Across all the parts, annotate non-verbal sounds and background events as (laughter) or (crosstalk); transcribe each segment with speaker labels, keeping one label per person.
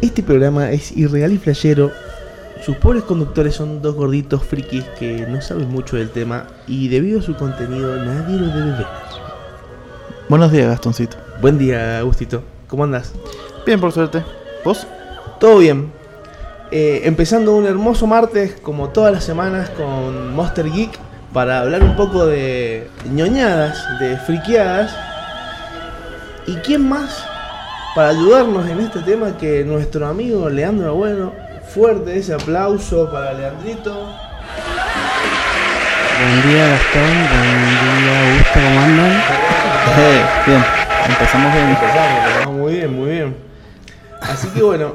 Speaker 1: Este programa es irreal y flashero. Sus pobres conductores son dos gorditos frikis que no saben mucho del tema y debido a su contenido nadie lo debe ver.
Speaker 2: Buenos días, Gastoncito.
Speaker 1: Buen día, Agustito. ¿Cómo andas?
Speaker 2: Bien, por suerte. ¿Vos?
Speaker 1: Todo bien. Eh, empezando un hermoso martes, como todas las semanas, con Monster Geek para hablar un poco de ñoñadas, de friqueadas. ¿Y quién más para ayudarnos en este tema que nuestro amigo Leandro Bueno? Fuerte ese aplauso para Leandrito.
Speaker 3: Buen día Gastón, buen día Augusto, ¿cómo andan?
Speaker 2: Eh, bien, empezamos bien.
Speaker 1: Empezamos, empezamos muy bien, muy bien. Así que bueno,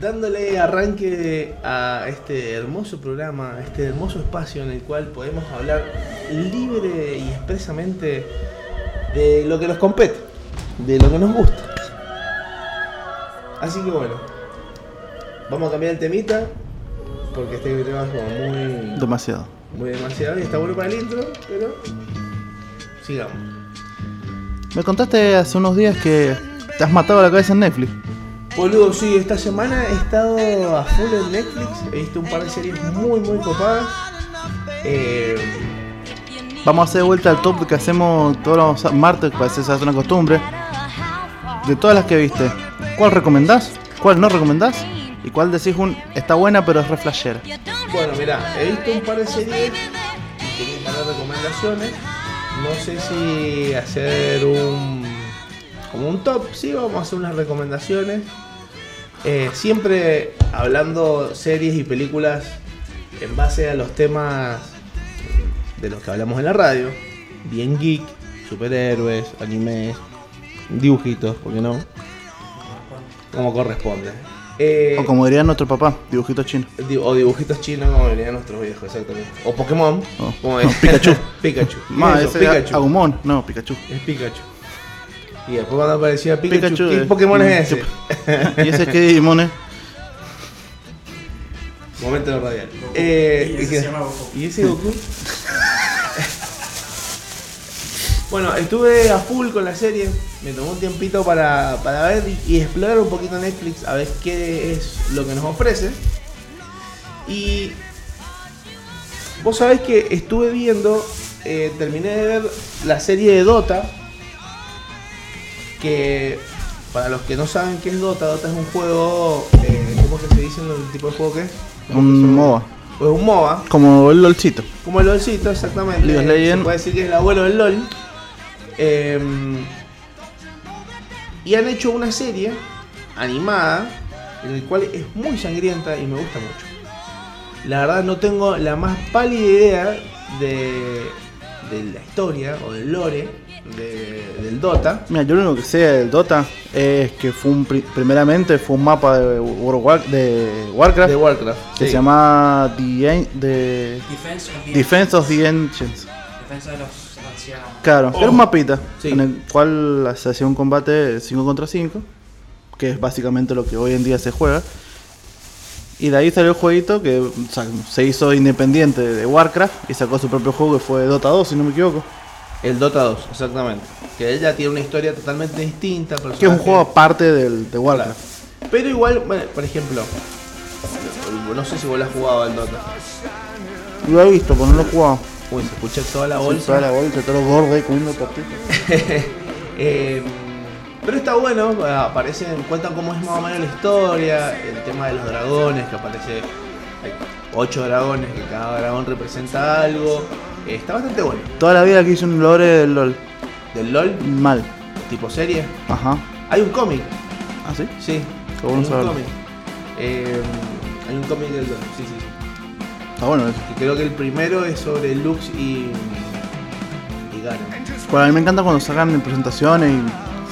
Speaker 1: dándole arranque a este hermoso programa, a este hermoso espacio en el cual podemos hablar libre y expresamente de lo que nos compete, de lo que nos gusta. Así que bueno, vamos a cambiar el temita, porque este tema es como muy...
Speaker 2: Demasiado.
Speaker 1: Muy demasiado y está bueno para el intro, pero sigamos.
Speaker 2: Me contaste hace unos días que te has matado la cabeza en Netflix.
Speaker 1: Boludo, sí, esta semana he estado a full en Netflix, he visto un par de series muy, muy copadas. Eh,
Speaker 2: Vamos a hacer vuelta al top que hacemos todos los martes, que parece que se hace una costumbre. De todas las que viste, ¿cuál recomendás? ¿Cuál no recomendás? ¿Y cuál decís un está buena pero es reflashera?
Speaker 1: bueno, mirá, he visto un par de series y tengo un par de recomendaciones. No sé si hacer un. como un top, sí, vamos a hacer unas recomendaciones. Eh, siempre hablando series y películas en base a los temas de los que hablamos en la radio. Bien geek, superhéroes, animes, dibujitos, ¿por qué no? Como corresponde. Eh,
Speaker 2: O como diría nuestro papá, dibujito chino.
Speaker 1: Di- O dibujitos chinos como venían nuestros viejos, exactamente. O Pokémon.
Speaker 2: Oh, (laughs)
Speaker 1: como
Speaker 2: no, Pikachu.
Speaker 1: (laughs) Pikachu.
Speaker 2: Más,
Speaker 1: Eso,
Speaker 2: ese era
Speaker 1: Pikachu.
Speaker 2: Agumon,
Speaker 1: (laughs)
Speaker 2: no, Pikachu.
Speaker 1: Es Pikachu. Y después cuando aparecía Pikachu,
Speaker 2: Pikachu,
Speaker 1: ¿qué
Speaker 2: eh,
Speaker 1: Pokémon
Speaker 2: mm,
Speaker 1: es ese? (laughs)
Speaker 2: ¿Y ese qué Digimon es?
Speaker 1: Momento de radial. Eh,
Speaker 3: Y ese
Speaker 1: ¿qué?
Speaker 3: se llama Goku.
Speaker 1: ¿Y ese Goku? bueno, estuve a full con la serie. Me tomó un tiempito para, para ver y, y explorar un poquito Netflix a ver qué es lo que nos ofrece. Y vos sabés que estuve viendo, eh, terminé de ver la serie de Dota, que para los que no saben qué es Dota, Dota es un juego, eh, ¿cómo que se dice el tipo de juego que es?
Speaker 2: Un MOBA.
Speaker 1: O es un MOBA,
Speaker 2: Como el LOLcito.
Speaker 1: como el LOLcito exactamente.
Speaker 2: League of
Speaker 1: Eh,
Speaker 2: Legends.
Speaker 1: Se puede decir que es el abuelo del LOL. Em, y han hecho una serie animada, en la cual es muy sangrienta y me gusta mucho. La verdad no tengo la más pálida idea de, de la historia o del lore de- del Dota.
Speaker 2: Mira, yo lo único que sé del Dota es que fue un pri- primeramente fue un mapa de, World War- de Warcraft
Speaker 1: De Warcraft.
Speaker 2: que
Speaker 1: sí.
Speaker 2: se llama The, An- de
Speaker 3: Defense of the
Speaker 2: Defense of the Ancients.
Speaker 3: Defensa de los ancianos.
Speaker 2: Claro,
Speaker 1: Oh.
Speaker 2: era un mapita
Speaker 1: Sí.
Speaker 2: en el cual se hacía un combate 5 contra 5, que es básicamente lo que hoy en día se juega. Y de ahí salió el jueguito que o sea, se hizo independiente de Warcraft y sacó su propio juego que fue Dota 2, si no me equivoco.
Speaker 1: El Dota 2, exactamente. Que ella tiene una historia totalmente distinta.
Speaker 2: Que es un
Speaker 1: personajes-
Speaker 2: juego aparte del, de
Speaker 1: Claro.
Speaker 2: Warcraft.
Speaker 1: Pero igual, bueno, por ejemplo, no sé si vos la has jugado al Dota.
Speaker 2: Lo he visto, pero no lo he jugado.
Speaker 1: Uy, se escucha toda la
Speaker 2: Sí, toda
Speaker 1: bolsa.
Speaker 2: la bolsa, todos los gordos ahí comiendo tortitas.
Speaker 1: (laughs) Eh, pero está bueno, eh, aparecen, cuentan cómo es más o menos la historia, el tema de los dragones, que aparece, hay ocho dragones, que cada dragón representa algo. Eh, está bastante bueno.
Speaker 2: Toda la vida quise un lore del LOL.
Speaker 1: Del LOL,
Speaker 2: Mal.
Speaker 1: tipo serie.
Speaker 2: Ajá.
Speaker 1: Hay un cómic,
Speaker 2: ¿Ah, sí?
Speaker 1: sí.
Speaker 2: Qué bueno
Speaker 1: hay un
Speaker 2: saberlo.
Speaker 1: cómic. Eh, hay un cómic del LOL, sí, sí, sí.
Speaker 2: Está bueno eso.
Speaker 1: Y creo que el primero es sobre Lux y. y Garen.
Speaker 2: Bueno, a mí me encanta cuando sacan presentaciones y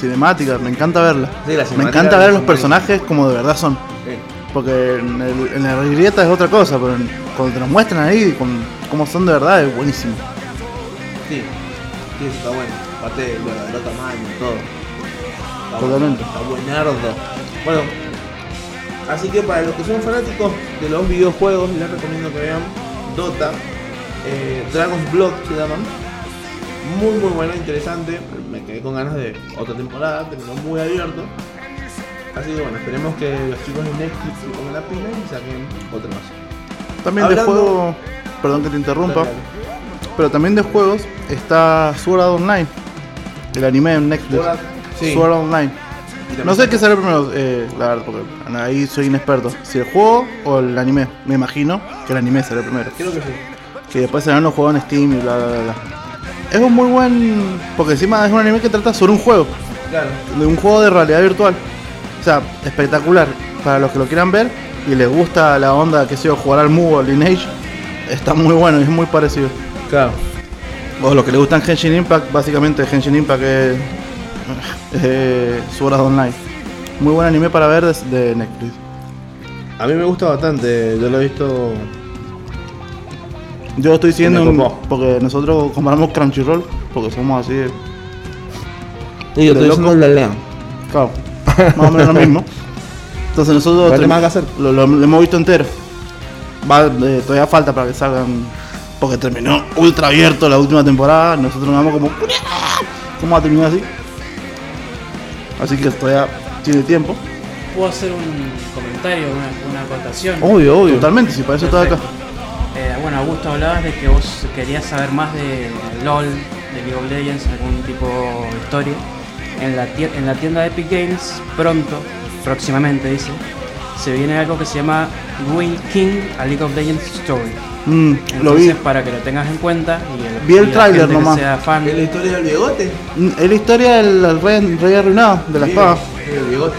Speaker 2: cinemáticas. Me encanta verlas.
Speaker 1: Sí, la
Speaker 2: me
Speaker 1: cinemática
Speaker 2: encanta ver a los
Speaker 1: es
Speaker 2: personajes como de verdad son.
Speaker 1: Eh,
Speaker 2: Porque en, el- en la grieta es otra cosa, pero en- cuando te los muestran ahí, con, cómo son de verdad, es buenísimo.
Speaker 1: Sí, sí, eso está bueno. Aparte de lo de los tamaños, todo. Está bueno,
Speaker 2: Totalmente.
Speaker 1: Está buenardo. Bueno, así que para los que son fanáticos de los videojuegos, les recomiendo que vean Dota, eh, Dragon's Block se llaman. Muy, muy bueno, interesante. Me quedé con ganas de otra temporada, terminó muy abierto. Así que bueno, esperemos que los chicos de Netflix se pongan la pila y saquen otro más.
Speaker 2: También
Speaker 1: Hablando-
Speaker 2: de juego, perdón que te interrumpa,
Speaker 1: Dale, dale.
Speaker 2: pero también de juegos está Sword Art Online, el anime en Netflix.
Speaker 1: Sword Art, sí.
Speaker 2: Sword Art Online.
Speaker 1: Y
Speaker 2: No sé
Speaker 1: también-
Speaker 2: qué será primero, eh, la verdad, porque ahí soy inexperto. Si el juego o el anime, me imagino que el anime será primero.
Speaker 1: Creo que sí.
Speaker 2: Que después serán los juegos en Steam y bla bla bla. bla. Es un muy buen. Porque encima es un anime que trata sobre un juego,
Speaker 1: Claro.
Speaker 2: de un juego de realidad virtual. O sea, espectacular para los que lo quieran ver y les gusta la onda que sé yo, jugar al MUBO, al Lineage. Está muy bueno y es muy parecido.
Speaker 1: Claro.
Speaker 2: O los que les gustan Genshin Impact, básicamente Genshin Impact es. (laughs) eh, Sword Art Online. Muy buen anime para ver des- de Netflix.
Speaker 1: A mí me gusta bastante, yo lo he visto.
Speaker 2: Yo estoy siguiendo
Speaker 1: Me
Speaker 2: un-
Speaker 1: copó.
Speaker 2: porque nosotros compramos Crunchyroll, porque somos así de-
Speaker 1: Y yo
Speaker 2: estoy diciendo
Speaker 1: la lean. (laughs)
Speaker 2: Claro, más o menos lo mismo. Entonces nosotros
Speaker 1: Vale,
Speaker 2: tenemos-
Speaker 1: más que hacer.
Speaker 2: Lo, lo- lo hemos visto entero. Va, eh, todavía falta para que salgan. Porque terminó ultra abierto la última temporada. Nosotros nos vamos como. ¿Cómo va a terminar así? Así que todavía tiene tiempo.
Speaker 4: ¿Puedo hacer un comentario, una, una acotación?
Speaker 2: Obvio, obvio. Totalmente, si para eso está Uh, acá.
Speaker 4: Perfecto. Eh, bueno, Augusto, hablabas de que vos querías saber más de LOL, de League of Legends, algún tipo de historia. En la, tie- en la tienda de Epic Games, pronto, próximamente dice, se viene algo que se llama Ruin King a League of Legends Story.
Speaker 2: Mm, lo vi.
Speaker 4: Entonces, para que lo tengas en cuenta y el,
Speaker 2: Vi el
Speaker 4: y la
Speaker 2: tráiler
Speaker 4: gente que
Speaker 2: nomás.
Speaker 4: sea fan,
Speaker 1: ¿Es la historia del bigote?
Speaker 2: Mm, Es la historia del del rey, rey arruinado, de la
Speaker 1: Sí,
Speaker 2: espada.
Speaker 1: El bigote.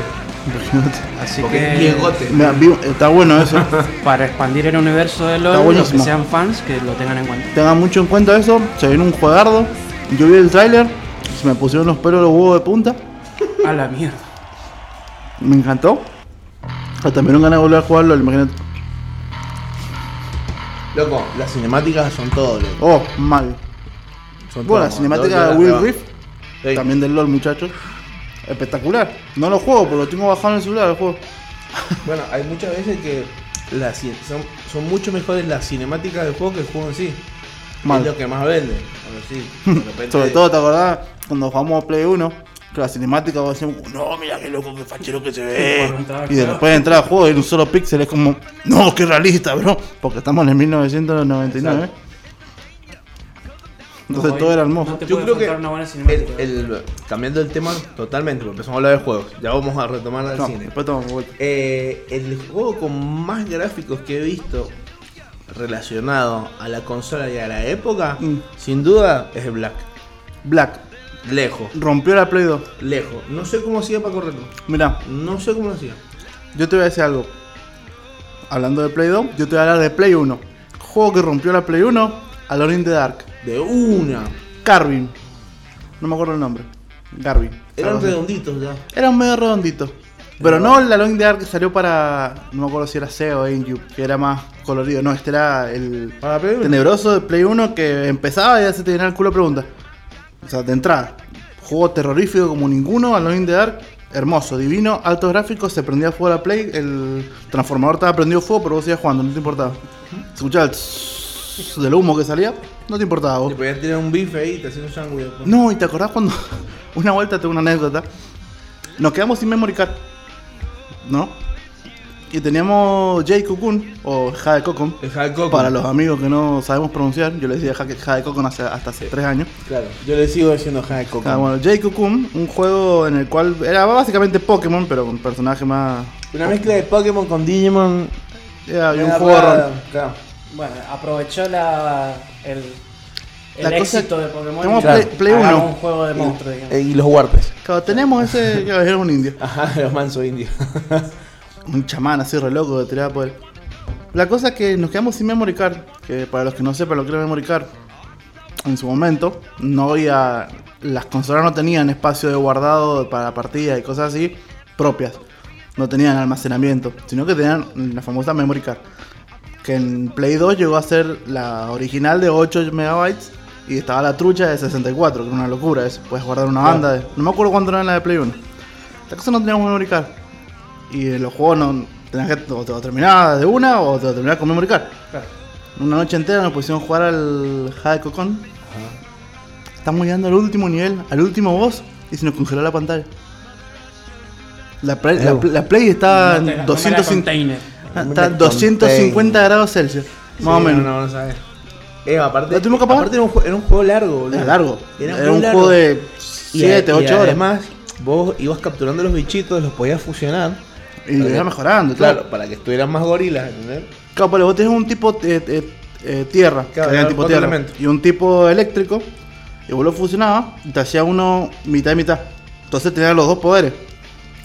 Speaker 2: Imagínate.
Speaker 4: así
Speaker 1: Porque
Speaker 4: que
Speaker 1: es bigote.
Speaker 2: Mira, vi- Está bueno eso.
Speaker 4: para expandir el universo de
Speaker 2: Está
Speaker 4: LOL, los que
Speaker 2: buenísimo.
Speaker 4: sean fans, que lo tengan
Speaker 2: (laughs)
Speaker 4: en cuenta.
Speaker 2: tengan mucho en cuenta eso. Se viene un juegardo. Yo vi el tráiler, se me pusieron los pelos los huevos de punta.
Speaker 4: A la mierda.
Speaker 2: Me encantó. Hasta me dieron ganas de volver a jugarlo, imagínate.
Speaker 1: Loco, las cinemáticas son todo, loco.
Speaker 2: Oh, mal.
Speaker 1: Son
Speaker 2: Bueno, la
Speaker 1: todo,
Speaker 2: cinemática
Speaker 1: todo,
Speaker 2: de
Speaker 1: todo,
Speaker 2: Will
Speaker 1: todo.
Speaker 2: Rift,
Speaker 1: Sí.
Speaker 2: también del LOL, muchachos. Espectacular. No lo juego, pero lo tengo bajado en el celular el juego.
Speaker 1: Bueno, hay muchas veces que las cin- son, son mucho mejores las cinemáticas del juego que el juego en sí.
Speaker 2: Mal.
Speaker 1: Es lo que más vende. Bueno, sí,
Speaker 2: (laughs)
Speaker 1: de repente-
Speaker 2: Sobre todo, ¿te acordás? Cuando jugamos a Play 1, que la cinemática va a ser, no, mira qué loco, qué fachero que se ve. y después de entrar al juego en un solo píxel es como, no, qué realista, bro. Porque estamos en 1999.
Speaker 1: Exacto.
Speaker 2: Entonces
Speaker 4: No,
Speaker 2: todo era
Speaker 4: no
Speaker 2: hermoso.
Speaker 4: te
Speaker 1: Yo
Speaker 4: puede
Speaker 1: creo que
Speaker 4: faltar una buena cinemática.
Speaker 1: el, el- cambiando el tema totalmente, porque empezamos a hablar de juegos. Ya vamos a retomar al
Speaker 2: No,
Speaker 1: cine.
Speaker 2: después tomamos vuelta.
Speaker 1: Eh, el juego con más gráficos que he visto relacionado a la consola y a la época,
Speaker 2: Mm.
Speaker 1: sin duda, es el Black.
Speaker 2: Black
Speaker 1: Lejos,
Speaker 2: rompió la Play 2.
Speaker 1: lejos. No sé cómo hacía para correrlo.
Speaker 2: Mira,
Speaker 1: No sé cómo lo hacía.
Speaker 2: yo te voy a decir algo. Hablando de Play 2, yo te voy a hablar de Play 1. Juego que rompió la Play 1, Alone in the Dark.
Speaker 1: De una.
Speaker 2: Carvin. No me acuerdo el nombre. Garvin.
Speaker 1: Eran
Speaker 2: Algo así.
Speaker 1: redonditos ya.
Speaker 2: Era un medio redondito. Pero no el Alone in the Dark que salió para. No me acuerdo si era SEO o Engine, que era más colorido. No, este era el
Speaker 1: Para Play uno.
Speaker 2: tenebroso de Play 1 que empezaba y ya se te llenaba el culo de preguntas. O sea, de entrada. Juego terrorífico como ninguno, Alone in the Dark. Hermoso, divino, altos gráficos, se prendía fuego la Play, el transformador estaba prendido fuego, pero vos seguías jugando, no te importaba. Se escuchaba el tss del humo que salía, no te importaba vos.
Speaker 1: Te podías tirar un bife ahí y te hacían un sándwich. después.
Speaker 2: No, ¿y te acordás cuando (laughs) una vuelta tengo una anécdota? Nos quedamos sin memory card, ¿no? Y teníamos Jay Cocoon o Jade Cocoon.
Speaker 1: El Hancock.
Speaker 2: Para los amigos que no sabemos pronunciar, yo les decía Jade Jade Cocoon hace- hasta hace tres años.
Speaker 1: Claro, yo le sigo diciendo Hancock.
Speaker 2: Ah, bueno, Jay Cocoon, un juego en el cual era básicamente Pokémon, pero con personaje más.
Speaker 1: Una mezcla de Pokémon con Digimon.
Speaker 2: Era
Speaker 1: Me
Speaker 2: un
Speaker 1: da
Speaker 2: juego de
Speaker 1: raro,
Speaker 2: rol.
Speaker 1: claro.
Speaker 4: Bueno, aprovechó la, el, el
Speaker 2: La cosa-
Speaker 4: éxito de Pokémon.
Speaker 2: tenemos
Speaker 4: y claro,
Speaker 2: Play- Play
Speaker 4: hagamos
Speaker 2: uno.
Speaker 4: un juego de monstruos, digamos.
Speaker 1: Eh, Y los Warpes.
Speaker 2: Claro, tenemos ese caballero un indio.
Speaker 1: Ajá, (laughs) los mansos indios.
Speaker 2: un chamán así re loco que tiraba poder. La cosa es que nos quedamos sin memory card, que para los que no sepan lo que era memory card, en su momento no había, las consolas no tenían espacio de guardado para partidas y cosas así propias, no tenían almacenamiento, sino que tenían la famosa memory card, que en Play 2 llegó a ser la original de 8 MB y estaba la trucha de 64, que era una locura eso, puedes guardar una banda, de- no me acuerdo cuánto era la de Play 1. La cosa no teníamos memory card. Y en los juegos no tenías que o te lo terminabas de una o te lo terminabas con memory card. Una noche entera nos pusieron a jugar al Jade Cocon. Estamos llegando al último nivel, al último boss, y se nos congeló la pantalla. La, play- la pl- la Play está
Speaker 4: No te la-
Speaker 2: en
Speaker 4: no me la
Speaker 2: 200
Speaker 4: container.
Speaker 2: Ah, Está a 250 grados Celsius. Más o
Speaker 1: Sí,
Speaker 2: menos.
Speaker 1: No, no sabes. Eh, aparte,
Speaker 2: ¿Lo tuvimos que apagar?
Speaker 1: aparte era, un jue- era un juego largo, boludo.
Speaker 2: Era largo.
Speaker 1: Era
Speaker 2: Era,
Speaker 1: muy
Speaker 2: un
Speaker 1: largo.
Speaker 2: juego de
Speaker 1: Y
Speaker 2: 7,
Speaker 1: a- y
Speaker 2: 8 horas más.
Speaker 1: Además, vos ibas capturando los bichitos, los podías fusionar.
Speaker 2: Y
Speaker 1: Para
Speaker 2: iba
Speaker 1: que-
Speaker 2: mejorando,
Speaker 1: Claro,
Speaker 2: claro.
Speaker 1: para que estuvieran más gorilas, ¿entendés?
Speaker 2: Claro, pero vos tenés un tipo eh, eh, eh, tierra, que
Speaker 1: Claro,
Speaker 2: era
Speaker 1: era
Speaker 2: tipo
Speaker 1: otro
Speaker 2: tierra,
Speaker 1: elemento.
Speaker 2: y un tipo eléctrico, y vos lo fusionabas y te hacía uno mitad y mitad. Entonces tenías los dos poderes.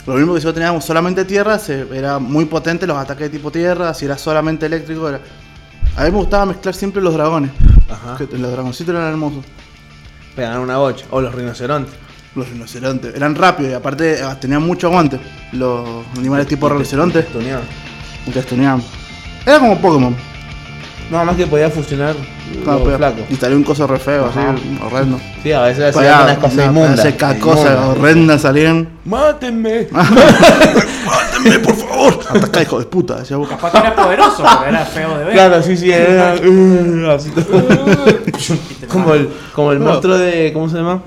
Speaker 2: Lo mismo que si vos tenías solamente tierra, se- era muy potente los ataques de tipo tierra, si era solamente eléctrico, era... A mí me gustaba mezclar siempre los dragones.
Speaker 1: Ajá.
Speaker 2: Que los dragoncitos eran hermosos.
Speaker 1: Pegaban una bocha. O los rinocerontes.
Speaker 2: Los rinocerontes. Eran rápidos y aparte eh, tenían mucho aguante. Los animales tipo rinocerontes.
Speaker 1: Tuneaban.
Speaker 2: Y te stuneaban. Era como Pokémon.
Speaker 1: Nada más que podía fusionar
Speaker 2: Claro,
Speaker 1: los
Speaker 2: pero-
Speaker 1: flacos.
Speaker 2: Y salió un coso re feo, así,
Speaker 1: Ajá.
Speaker 2: horrendo.
Speaker 1: Sí, a veces hacían
Speaker 2: Pará,
Speaker 1: unas cosas
Speaker 2: una-
Speaker 1: inmundas.
Speaker 2: hace ca- cosas
Speaker 1: inmundas.
Speaker 2: horrendas salían. (laughs)
Speaker 1: ¡Mátenme!
Speaker 2: ¡Mátenme, por favor! Atacá, hijo de puta, decía
Speaker 1: (laughs)
Speaker 2: vos.
Speaker 4: Capaz que era
Speaker 2: (laughs)
Speaker 4: poderoso, pero era feo de ver.
Speaker 1: Claro, sí, sí, era. uh, así todo.
Speaker 2: Uh.
Speaker 1: (laughs) como el, como el
Speaker 2: Claro.
Speaker 1: monstruo de. ¿Cómo se llama?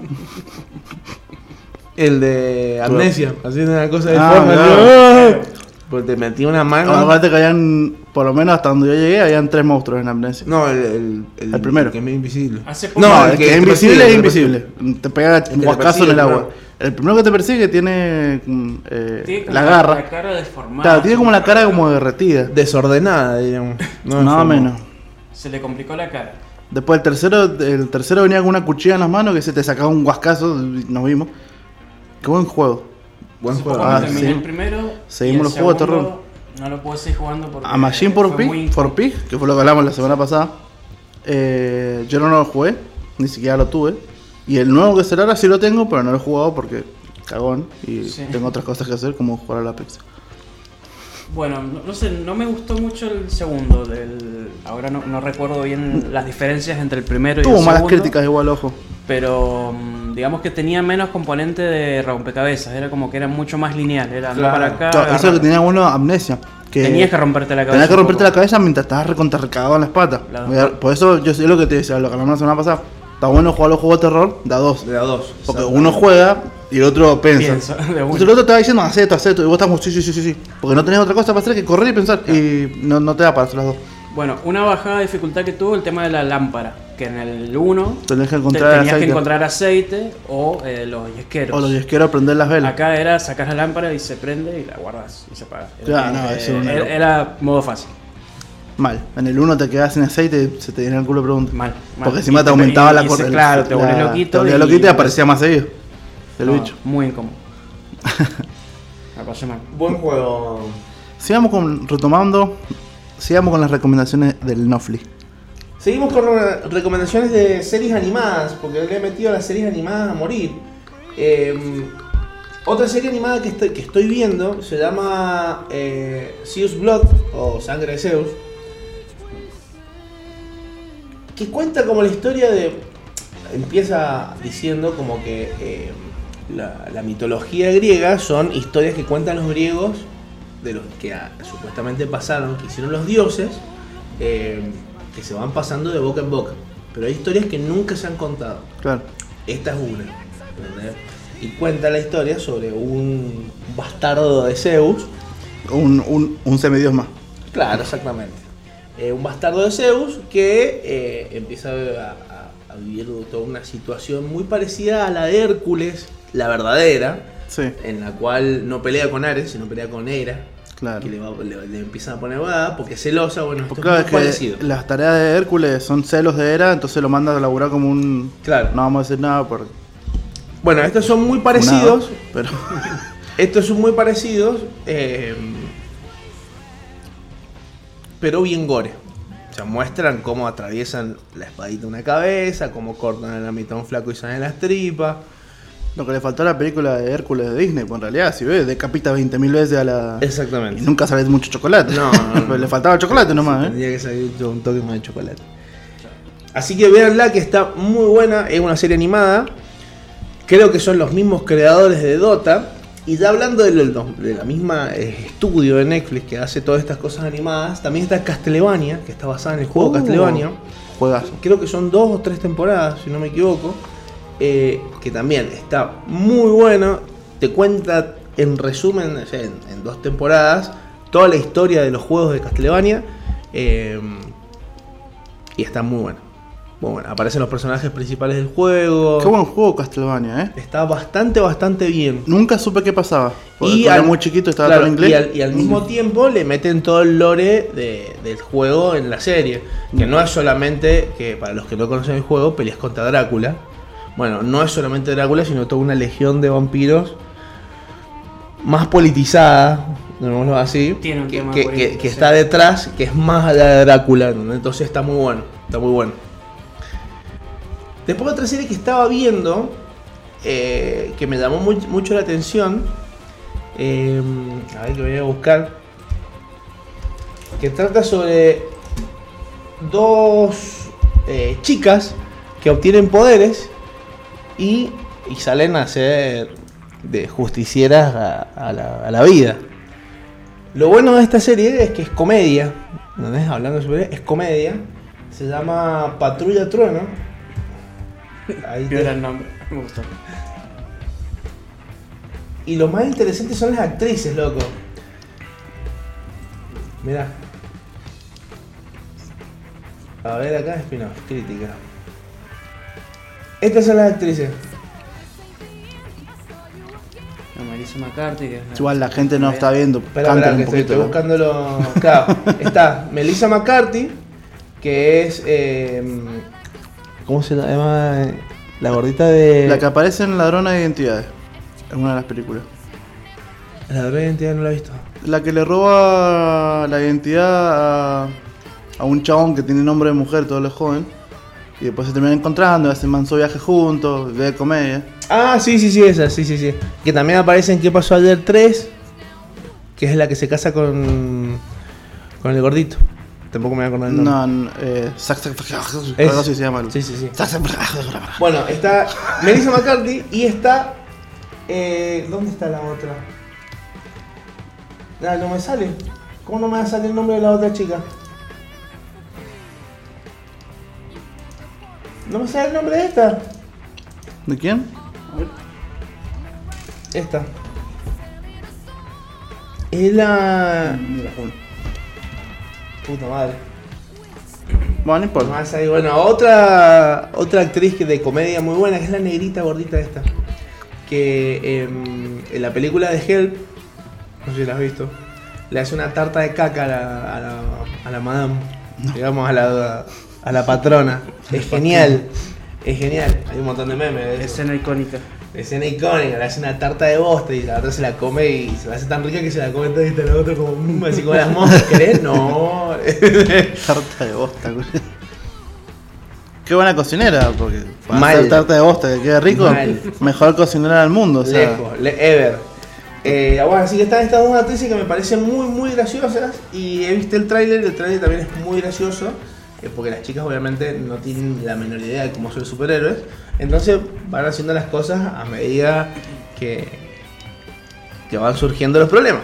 Speaker 1: El de amnesia, haciendo una cosa de
Speaker 2: Ah,
Speaker 1: forma. así,
Speaker 2: claro.
Speaker 1: ¡ah! Porque te metí una mano.
Speaker 2: Bueno, aparte que habían, por lo menos hasta donde yo llegué, habían tres monstruos en Amnesia.
Speaker 1: no, el, el,
Speaker 2: El primero.
Speaker 1: Que es invisible.
Speaker 4: Hace poco-
Speaker 2: No,
Speaker 1: No,
Speaker 2: el,
Speaker 1: el
Speaker 2: que,
Speaker 1: que
Speaker 2: es
Speaker 1: te
Speaker 2: invisible
Speaker 1: persigue,
Speaker 2: es
Speaker 1: te
Speaker 2: invisible. Te pega
Speaker 1: te
Speaker 2: un guascazo
Speaker 1: persigue,
Speaker 2: en el agua.
Speaker 1: claro.
Speaker 2: El primero que te persigue tiene mm, eh,
Speaker 4: Tiene como
Speaker 2: la garra.
Speaker 4: La cara deformada.
Speaker 2: Claro, tiene como la cara como derretida.
Speaker 1: Desordenada, diríamos.
Speaker 2: No,
Speaker 1: forma.
Speaker 2: menos.
Speaker 4: Se le complicó la cara.
Speaker 2: Después el tercero, el tercero venía con una cuchilla en las manos que se te sacaba un guascazo, y nos vimos. Qué buen juego.
Speaker 1: Buen
Speaker 4: Hace poco
Speaker 1: juego.
Speaker 2: Ah,
Speaker 4: me terminé
Speaker 2: sí.
Speaker 4: el primero.
Speaker 2: Seguimos
Speaker 4: y el
Speaker 2: los juegos de terror.
Speaker 4: segundo No lo puedo seguir jugando porque.
Speaker 2: A Machine por
Speaker 4: fue
Speaker 2: Pig,
Speaker 4: muy-
Speaker 2: for Pig, que fue lo que hablamos la semana pasada. eh, yo no lo jugué, ni siquiera lo tuve. Y el nuevo que será ahora sí lo tengo, pero no lo he jugado porque cagón. Y
Speaker 4: Sí.
Speaker 2: tengo otras cosas que hacer como jugar a la Apex.
Speaker 4: Bueno, no, no sé, no me gustó mucho el segundo. Del... Ahora no, no recuerdo bien las diferencias entre el primero y el
Speaker 2: Tuvo
Speaker 4: segundo.
Speaker 2: malas críticas igual, ojo.
Speaker 4: Pero mm, digamos que tenía menos componente de rompecabezas. Era como que era mucho más lineal. Era anda
Speaker 1: Claro.
Speaker 4: para acá.
Speaker 2: Claro, eso es lo que
Speaker 4: agarra-
Speaker 2: tenía bueno amnesia. Que
Speaker 4: Tenías que romperte la cabeza.
Speaker 2: Tenías que
Speaker 4: un
Speaker 2: romperte la
Speaker 4: poco.
Speaker 2: cabeza mientras estabas recontrarrecagado en las patas.
Speaker 4: Claro.
Speaker 2: Voy a- Por eso yo sé lo que te decía, lo que hablamos la semana pasada. Está bueno jugar los juegos de terror de a dos.
Speaker 1: De las dos.
Speaker 2: Porque
Speaker 1: exacto.
Speaker 2: uno juega y el otro piensa.
Speaker 4: Piensa, (laughs) de una.
Speaker 2: Entonces el otro te va diciendo, haz esto, haz esto. Y vos estás como, sí, sí, sí, sí, sí. Porque no tenés otra cosa para hacer que correr y pensar. Y no, no te da para hacer las dos.
Speaker 4: Bueno, una bajada de dificultad que tuvo el tema de la lámpara. Que en el 1
Speaker 2: Tenías que encontrar
Speaker 4: tenías
Speaker 2: aceite.
Speaker 4: que encontrar aceite o eh, los yesqueros.
Speaker 2: O los yesqueros prender las velas.
Speaker 4: Acá era sacar la lámpara y se prende y la guardas y se apaga.
Speaker 2: Claro, no,
Speaker 4: Eh,
Speaker 2: eso es una
Speaker 4: era,
Speaker 2: locura.
Speaker 4: era modo fácil.
Speaker 2: Mal. En el uno te quedás sin aceite y se te llena el culo de preguntas.
Speaker 4: Mal, mal.
Speaker 2: Porque encima
Speaker 4: Y
Speaker 2: te
Speaker 4: te-
Speaker 2: aumentaba
Speaker 4: y-
Speaker 2: la
Speaker 4: y
Speaker 2: cor-
Speaker 4: se-
Speaker 2: el-
Speaker 4: claro, te
Speaker 2: la-
Speaker 4: volvés loquito
Speaker 2: Te volvés
Speaker 4: y-
Speaker 2: loquito y aparecía más seguido. El
Speaker 4: No,
Speaker 2: bicho.
Speaker 4: Muy incómodo. (laughs) La pasé mal.
Speaker 1: Buen juego.
Speaker 2: Sigamos con, retomando, sigamos con las recomendaciones del Nofli.
Speaker 1: Seguimos con re- recomendaciones de series animadas, porque le he metido a las series animadas a morir. Eh, otra serie animada que estoy, que estoy viendo se llama eh, Zeus Blood o Sangre de Zeus, que cuenta como la historia de... Empieza diciendo como que eh, la, la mitología griega son historias que cuentan los griegos, de los que ah, supuestamente pasaron, que hicieron los dioses, eh, que se van pasando de boca en boca. Pero hay historias que nunca se han contado.
Speaker 2: Claro.
Speaker 1: Esta es una. ¿entendés? Y cuenta la historia sobre un bastardo de Zeus.
Speaker 2: Un, un, un semidios más.
Speaker 1: Claro, exactamente. Eh, un bastardo de Zeus que eh, empieza a, a- a vivir toda una situación muy parecida a la de Hércules, la verdadera,
Speaker 2: Sí,
Speaker 1: en la cual no pelea con Ares, sino pelea con Hera.
Speaker 2: claro.
Speaker 1: Que le, va- le- le empiezan a poner va porque es celosa, bueno, esto
Speaker 2: Porque
Speaker 1: es muy
Speaker 2: claro, es
Speaker 1: parecido.
Speaker 2: que las tareas de Hércules son celos de Hera, entonces lo manda a laburar como un...
Speaker 1: Claro.
Speaker 2: No vamos a decir nada por...
Speaker 1: Bueno, estos son muy parecidos,
Speaker 2: nada, pero...
Speaker 1: Estos son muy parecidos, eh, pero bien gore. O sea, muestran cómo atraviesan la espadita de una cabeza, cómo cortan a la mitad un flaco y salen las tripas.
Speaker 2: Lo que le faltó a la película de Hércules de Disney, pues en realidad, si ves, decapita 20.000 veces a la... Ah, Y
Speaker 1: Exactamente.
Speaker 2: nunca sale mucho chocolate. (laughs)
Speaker 1: No, no, no.
Speaker 2: Pero le faltaba chocolate nomás, ¿eh?
Speaker 1: Tendría que salir un toque más de chocolate. Así que veanla que está muy buena, es una serie animada. Creo que son los mismos creadores de Dota. Y ya hablando de, lo- de la misma eh, estudio de Netflix que hace todas estas cosas animadas, también está Castlevania, que está basada en el juego
Speaker 2: Uh.
Speaker 1: Castlevania.
Speaker 2: Juegas.
Speaker 1: Creo que son dos o tres temporadas, si no me equivoco. eh, que también está muy bueno. Te cuenta en resumen, o sea, en, en dos temporadas, toda la historia de los juegos de Castlevania. eh, y está muy buena. Muy buena. Aparecen los personajes principales del juego.
Speaker 2: Qué buen juego Castlevania, ¿eh?
Speaker 1: Está bastante, bastante bien.
Speaker 2: Nunca supe qué pasaba. Porque era muy chiquito, estaba
Speaker 1: claro,
Speaker 2: todo en inglés.
Speaker 1: Y
Speaker 2: Mm.
Speaker 1: al, y al mismo tiempo le meten todo el lore de- del juego en la serie.
Speaker 2: Mm.
Speaker 1: Que no es solamente, que para los que no conocen el juego, peleas contra Drácula. Bueno, no es solamente Drácula, sino toda una legión de vampiros más politizada, llamémoslo así,
Speaker 4: Tiene un
Speaker 1: que,
Speaker 4: tema
Speaker 1: que- que-
Speaker 4: político,
Speaker 1: que
Speaker 4: sí.
Speaker 1: está detrás, que es más a la de Drácula. ¿no? Entonces está muy bueno, está muy bueno. Después otra serie que estaba viendo, eh, que me llamó mu- mucho la atención, eh, a ver que voy a buscar, que trata sobre dos eh, chicas que obtienen poderes y, y salen a ser de justicieras a, a la, a la vida. Lo bueno de esta serie es que es comedia, ¿entendés? hablando sobre es comedia, se llama Patrulla Trueno. Ahí
Speaker 4: Viola
Speaker 1: te-
Speaker 4: el nombre. Me gustó.
Speaker 1: Y lo más interesante son las actrices, loco. Mirá. A ver acá, spin-off, crítica. Estas son las actrices.
Speaker 4: La Marisa McCarthy. Que es
Speaker 2: Mm. Igual la gente no está viendo.
Speaker 1: Espera,
Speaker 2: Cantan
Speaker 1: espera, que
Speaker 2: un
Speaker 1: estoy,
Speaker 2: poquito.
Speaker 1: estoy buscando los. (laughs) Claro, está Melissa McCarthy, que es. eh, ¿Cómo se llama? La gordita de.
Speaker 2: La que aparece en Ladrona de Identidades. En una de las películas.
Speaker 1: La verdadera identidad no la he visto.
Speaker 2: La que le roba la identidad a, a un chabón que tiene nombre de mujer, todo lo joven. Y después se terminan encontrando, hacen manso viaje juntos, ve comedia.
Speaker 1: Ah, sí, sí, sí, esa, sí, sí, sí. Que también aparece en ¿Qué pasó ayer 3? Que es la que se casa con. con el gordito. Tampoco me voy a acordar el nombre.
Speaker 2: No, no, eh, sac- sac- sac- sac-
Speaker 1: Es-
Speaker 2: algo así se llama.
Speaker 1: Sí, sí, sí.
Speaker 2: Sac- sac- sac- sac- sac-
Speaker 1: Bueno, está Melissa McCarthy y está. eh, ¿Dónde está la otra? Ah, no me sale. ¿Cómo no me va a salir el nombre de la otra chica? No me sale el nombre de esta.
Speaker 2: ¿De quién?
Speaker 1: Esta. Es
Speaker 2: Ah,
Speaker 1: la. Puta madre.
Speaker 2: Bueno, no importa.
Speaker 1: Más ahí, bueno, otra otra actriz que- de comedia muy buena, que es la negrita gordita esta. Que em, en la película de Help, no sé si la has visto, le hace una tarta de caca a la, a la, a la madame, digamos, a la, (laughs) a la patrona. Es genial, es genial. Hay un montón de memes. de eso.
Speaker 4: Escena icónica.
Speaker 1: Escena icónica, le hace una tarta de bosta y la otra se la come y se la hace tan rica que se la come todita la otra como mm, así como las moscas, ¿querés? No. (laughs)
Speaker 2: Tarta de bosta, güey. Qué buena cocinera, porque para
Speaker 1: Mal.
Speaker 2: hacer tarta de bosta que quede rico,
Speaker 1: Mal.
Speaker 2: mejor cocinera del mundo. O sea,
Speaker 1: Lejos, le- ever. Eh, bueno, así que están estas dos actrices que me parecen muy, muy graciosas. Y he visto el tráiler, el tráiler también es muy gracioso. eh, porque las chicas obviamente no tienen la menor idea de cómo ser superhéroes. Entonces van haciendo las cosas a medida que, que van surgiendo los problemas.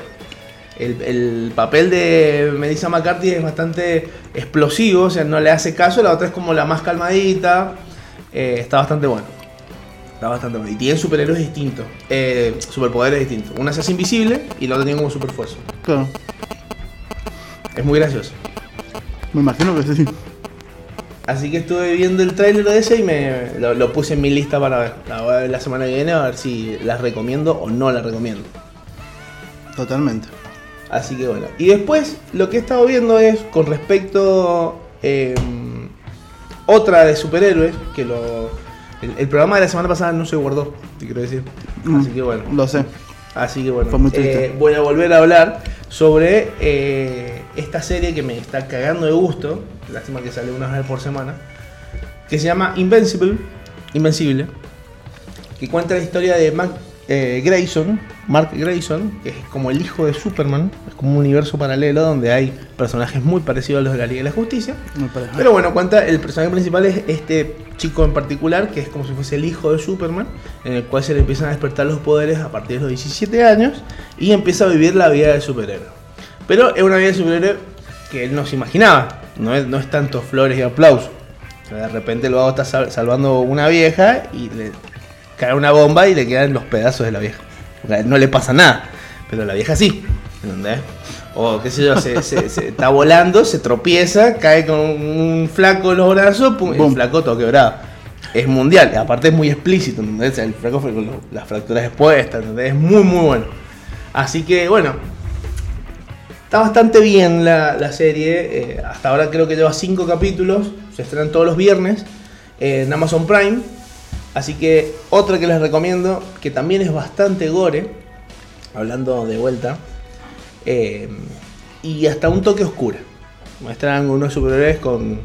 Speaker 1: El, el papel de Melissa McCarthy es bastante explosivo, o sea, no le hace caso. La otra es como la más calmadita. eh, está bastante bueno. Está bastante bueno. Y tienen superhéroes distintos. Eh, superpoderes distintos. Una se hace invisible y la otra tiene como superfuerza.
Speaker 2: claro,
Speaker 1: Es muy gracioso.
Speaker 2: me imagino que sí.
Speaker 1: Así que estuve viendo el tráiler de ese y me lo, lo puse en mi lista para ver. La voy a ver la semana que viene a ver si las recomiendo o no las recomiendo.
Speaker 2: Totalmente.
Speaker 1: Así que bueno. Y después lo que he estado viendo es con respecto eh, otra de superhéroes que lo... El, el programa de la semana pasada no se guardó, te quiero decir. Así que bueno.
Speaker 2: Lo sé.
Speaker 1: Así que bueno,
Speaker 2: Fue muy triste.
Speaker 1: eh, voy a volver a hablar sobre eh, esta serie que me está cagando de gusto. Lástima que sale una vez por semana. Que se llama Invincible. Invencible. Que cuenta la historia de Mac, eh, Grayson. Mark Grayson. Que es como el hijo de Superman. Es como un universo paralelo donde hay personajes muy parecidos a los de la Liga de la Justicia.
Speaker 2: Me parece.
Speaker 1: Pero bueno, cuenta, el personaje principal es este chico en particular, que es como si fuese el hijo de Superman, en el cual se le empiezan a despertar los poderes a partir de los 17 años y empieza a vivir la vida de superhéroe. Pero es una vida de superhéroe que él no se imaginaba, no es, no es tanto flores y aplausos. O sea, De repente el vago está sal- salvando una vieja y le cae una bomba y le quedan los pedazos de la vieja. Porque a él no le pasa nada. Pero a la vieja sí. ¿Entendés? O qué sé yo, se, se- se- está volando, se tropieza, cae con un flaco en los brazos, pum, el
Speaker 2: Boom.
Speaker 1: flaco todo quebrado. Es mundial, aparte es muy explícito, ¿entendés? O sea, El flaco fue con lo- las fracturas expuestas, ¿entendés? Es muy, muy bueno. Así que, bueno, Está bastante bien la, la serie. eh, hasta ahora creo que lleva 5 capítulos. Se estrenan todos los viernes eh, en Amazon Prime. Así que otra que les recomiendo, que también es bastante gore, hablando de vuelta, eh, y hasta un toque oscura. Muestran unos superhéroes con,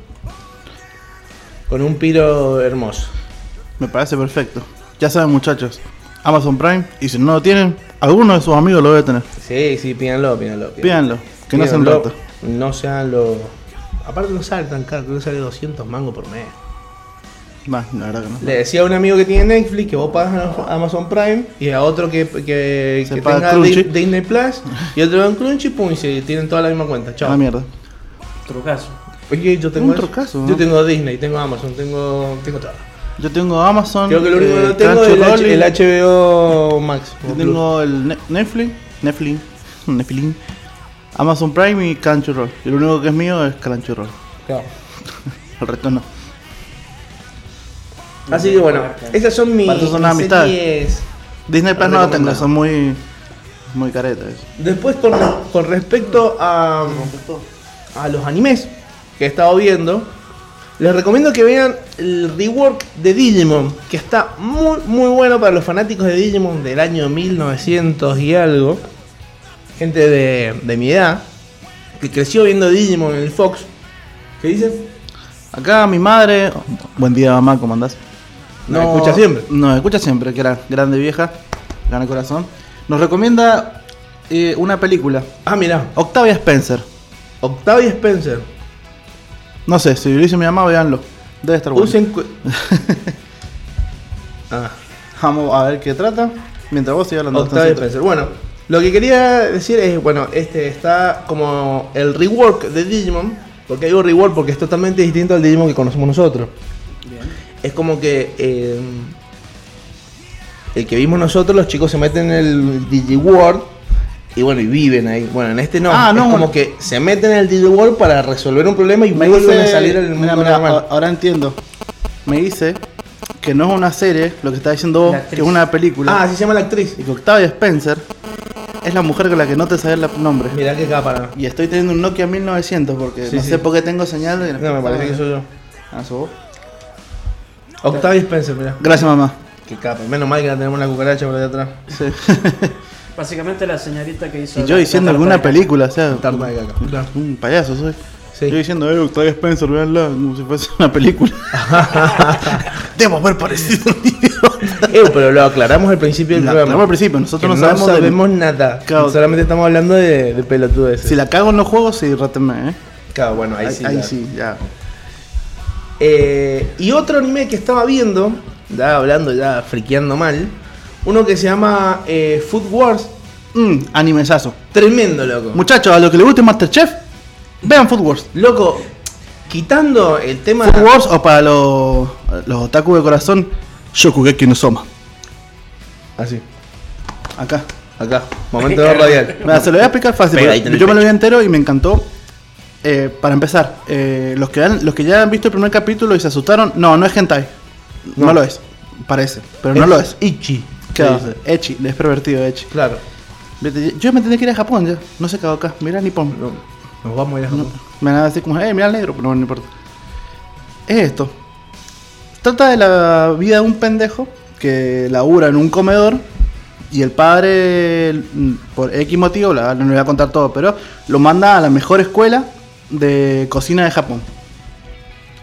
Speaker 1: con un piro hermoso.
Speaker 2: Me parece perfecto. Ya saben, muchachos, Amazon Prime, y si no lo tienen, alguno de sus amigos lo debe tener.
Speaker 1: Sí, sí, pídanlo, pídanlo.
Speaker 2: Pídanlo, que no sean
Speaker 1: Pídanlo,
Speaker 2: ratas.
Speaker 1: No sean los... Aparte no sale tan caro, creo que sale 200 mangos por mes.
Speaker 2: Nah, la verdad que no.
Speaker 1: Le decía a un amigo que tiene Netflix que vos pagas a- Amazon Prime y a otro que, que,
Speaker 2: Se
Speaker 1: que
Speaker 2: paga
Speaker 1: tenga
Speaker 2: Crunchy.
Speaker 1: Di- Disney Plus y otro en Crunchy, pum, y se tienen toda la misma cuenta. Chao.
Speaker 2: Ah, mierda.
Speaker 4: Trucazo.
Speaker 1: Oye, yo tengo
Speaker 2: Un
Speaker 1: eso.
Speaker 2: trucazo, ¿no?
Speaker 1: Yo tengo Disney, tengo Amazon, tengo, tengo todo.
Speaker 2: Yo tengo Amazon.
Speaker 1: Creo que lo único que
Speaker 2: eh,
Speaker 1: no tengo es el,
Speaker 2: Crunchyroll y-
Speaker 1: H- el HBO Max.
Speaker 2: Yo tengo el Ne- Netflix, Netflix, (laughs) Netflix, Amazon Prime y Crunchyroll. Y lo único que es mío es Crunchyroll.
Speaker 1: Claro.
Speaker 2: El resto no.
Speaker 1: Así que bueno, esas son mis,
Speaker 2: Para eso son
Speaker 1: mis
Speaker 2: amistades.
Speaker 1: series.
Speaker 2: Disney Plus no lo tengo,
Speaker 1: Recomendado.
Speaker 2: son muy, muy caretas. eso.
Speaker 1: Después con, con respecto a, a los animes que he estado viendo, les recomiendo que vean el rework de Digimon, que está muy muy bueno para los fanáticos de Digimon del año 1900 y algo. Gente de, de mi edad, que creció viendo Digimon en el Fox. ¿Qué dices?
Speaker 2: Acá mi madre, buen día mamá, ¿cómo andás?
Speaker 1: Nos escucha siempre.
Speaker 2: Nos escucha siempre, que era grande vieja, gana corazón. Nos recomienda eh, una película,
Speaker 1: Ah, mira,
Speaker 2: Octavia Spencer.
Speaker 1: Octavio Spencer.
Speaker 2: No sé, si lo dice mi mamá, véanlo. Debe estar bueno.
Speaker 1: Usen. cu- ah.
Speaker 2: Vamos a ver qué trata. Mientras vos sigas hablando.
Speaker 1: Octavia
Speaker 2: entonces-
Speaker 1: Spencer. Bueno, lo que quería decir es, bueno, este está como el rework de Digimon, porque digo rework porque es totalmente distinto al Digimon que conocemos nosotros. Es como que eh, el que vimos nosotros, los chicos se meten en el DigiWorld y bueno, y viven ahí. Bueno, en este no,
Speaker 2: Ah, no,
Speaker 1: es como
Speaker 2: bueno.
Speaker 1: que se meten en el DigiWorld para resolver un problema y
Speaker 2: Me
Speaker 1: vuelven
Speaker 2: dice-
Speaker 1: a salir al mundo
Speaker 2: mira, mira,
Speaker 1: normal.
Speaker 2: a- Ahora entiendo. Me dice que no es una serie, lo que está diciendo vos,
Speaker 4: La
Speaker 2: que
Speaker 4: actriz.
Speaker 2: es una película.
Speaker 1: Ah, así se llama la actriz.
Speaker 2: Y que Octavia Spencer es la mujer con la que no te sabes el nombre.
Speaker 1: Mirá que cámara.
Speaker 2: Y estoy teniendo un Nokia 1900 porque
Speaker 1: Sí,
Speaker 2: no
Speaker 1: sí.
Speaker 2: sé por qué tengo señal. de-
Speaker 1: No, me parece que soy yo.
Speaker 2: Ah, ¿sos vos?
Speaker 1: Octavia Spencer, mirá.
Speaker 2: Gracias, mamá.
Speaker 1: Qué capa, menos mal que la tenemos la cucaracha por allá (laughs) atrás.
Speaker 2: Sí.
Speaker 4: Básicamente la señorita que hizo.
Speaker 2: y
Speaker 4: la-
Speaker 2: yo
Speaker 4: la
Speaker 2: diciendo
Speaker 4: tarta
Speaker 2: alguna
Speaker 4: de caca.
Speaker 2: película, o sea,
Speaker 1: Tarta de caca.
Speaker 2: un payaso soy.
Speaker 1: Sí.
Speaker 2: Yo diciendo, eh, Octavia Spencer, veanla, como si fuese
Speaker 1: (laughs)
Speaker 2: una película. Debo haber parecido un idiota.
Speaker 1: Eh, pero lo aclaramos al principio del
Speaker 2: La-
Speaker 1: programa.
Speaker 2: la- al principio,
Speaker 1: Que
Speaker 2: nosotros
Speaker 1: no
Speaker 2: no sabemos, de-
Speaker 1: nada.
Speaker 2: Claro.
Speaker 1: Solamente estamos hablando de, de pelotudeces.
Speaker 2: Si la cago en los juegos, sí, ráteme, eh.
Speaker 1: Claro, bueno, ahí,
Speaker 2: Ahí,
Speaker 1: sí.
Speaker 2: ahí
Speaker 1: la-
Speaker 2: sí, ya.
Speaker 1: Eh, y otro anime que estaba viendo, ya hablando, ya friqueando mal, uno que se llama eh, Food Wars.
Speaker 2: Mm, animesazo.
Speaker 1: Tremendo, loco.
Speaker 2: Muchachos, a los que les guste Masterchef, vean Food Wars.
Speaker 1: loco, quitando el tema...
Speaker 2: Food Wars o para los, los otaku de corazón, Shokugeki no Soma.
Speaker 1: Así,
Speaker 2: Acá.
Speaker 1: Ah, acá,
Speaker 2: (laughs)
Speaker 1: momento de radial.
Speaker 2: Mira, se lo voy a explicar fácil.
Speaker 1: Pega
Speaker 2: porque
Speaker 1: ahí en el
Speaker 2: Yo me lo
Speaker 1: pecho.
Speaker 2: vi entero y me encantó. Eh, para empezar, eh, los, que han- los que ya han visto el primer capítulo y se asustaron, no, no es hentai. No,
Speaker 1: No.
Speaker 2: lo es. Parece, pero no lo es.
Speaker 1: Ichi.
Speaker 2: Claro,
Speaker 1: se dice.
Speaker 2: Echi, es pervertido, Echi.
Speaker 1: Claro.
Speaker 2: Yo me tendría que ir a Japón ya. No se quedó acá. Mira Nippon.
Speaker 1: No, nos vamos a ir a
Speaker 2: No,
Speaker 1: Japón.
Speaker 2: me van a decir como, eh, mira el negro, pero no, no importa. Es esto. Trata de la vida de un pendejo que labura en un comedor y el padre, mm, por X motivo, la- no le voy a contar todo, pero lo manda a la mejor escuela de cocina de Japón.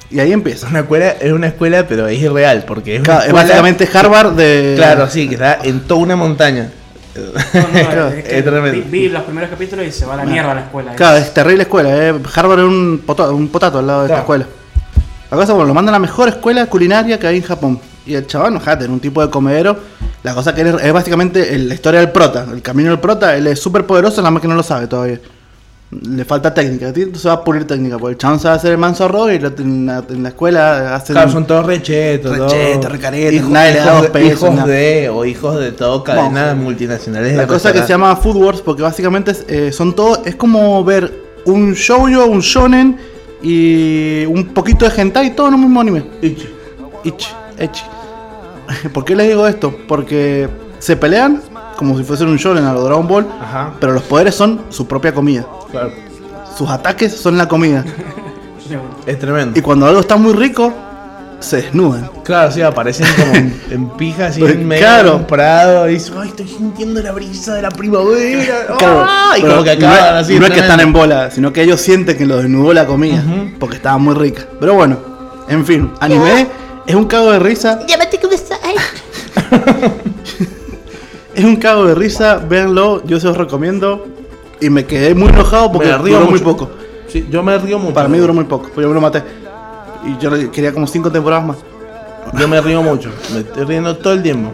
Speaker 2: Y ahí
Speaker 1: Es
Speaker 2: empieza.
Speaker 1: (laughs) una escuela, es una escuela, pero es irreal, porque es, una
Speaker 2: Claro, es
Speaker 1: escuela-
Speaker 2: básicamente Harvard eh, de...
Speaker 1: Claro, sí, que está en toda una montaña.
Speaker 4: (laughs) No,
Speaker 2: (laughs)
Speaker 4: no, es que
Speaker 1: Es tremendo.
Speaker 4: vi, vi los primeros capítulos y se va a la mierda a la escuela.
Speaker 2: Claro, es terrible escuela. eh. Harvard es un, poto- un potato al lado de esta
Speaker 1: Claro.
Speaker 2: escuela. La cosa, bueno, lo mandan a la mejor escuela culinaria que hay en Japón. Y el chabón, ojate, era un tipo de comedero. La cosa que él es, es básicamente el- la historia del prota. El camino del prota, él es súper poderoso, nada más que no lo sabe todavía. Le falta técnica, tío, se va a pulir técnica, porque el chabón se va a hacer el manso arroz y lo- en la, en la escuela hacen...
Speaker 1: Claro, son todos rechetos.
Speaker 2: Rechetos,
Speaker 1: todos-
Speaker 2: recaretas,
Speaker 1: hijos,
Speaker 2: nadie le da
Speaker 1: hijos
Speaker 2: dos
Speaker 1: de-
Speaker 2: pesos,
Speaker 1: hijos
Speaker 2: nada.
Speaker 1: de, o hijos de todo cadena
Speaker 2: Vamos.
Speaker 1: multinacionales. de
Speaker 2: La cosa que se
Speaker 1: restaurantes.
Speaker 2: llama Food Wars, porque básicamente es, eh, son todo, es como ver un shoujo, un shonen y un poquito de hentai, todo en un mismo anime. Ichi. Ichi. (laughs) Echi. ¿Por qué les digo esto? Porque se pelean como si fuesen un shonen a lo Dragon Ball,
Speaker 1: Ajá,
Speaker 2: pero los poderes son su propia comida.
Speaker 1: claro.
Speaker 2: Sus ataques son la comida.
Speaker 1: Es tremendo.
Speaker 2: Y cuando algo está muy rico, se desnudan.
Speaker 1: Claro, sí, aparecen como en, en pija, así
Speaker 2: Pero,
Speaker 1: en medio
Speaker 2: (laughs) claro.
Speaker 1: de un prado. Y dicen, ay, estoy sintiendo la brisa de la primavera.
Speaker 2: Claro,
Speaker 1: ¡ah!", y
Speaker 2: pero
Speaker 1: como que
Speaker 2: no,
Speaker 1: acaban así.
Speaker 2: es- no es que
Speaker 1: tremendo.
Speaker 2: están en bola, sino que ellos sienten que lo desnudó la comida,
Speaker 1: Ujú.
Speaker 2: porque estaba muy rica. Pero bueno, en fin, anime es un cago de risa. es un cago de risa, véanlo, yo se los recomiendo. Y me quedé muy enojado porque
Speaker 1: Me río
Speaker 2: duró muy
Speaker 1: mucho.
Speaker 2: poco.
Speaker 1: Sí, yo me río mucho.
Speaker 2: Para mí duró muy poco, porque yo me lo maté. Y yo le- quería como cinco temporadas más.
Speaker 1: Yo me río mucho. Me estoy riendo todo el tiempo.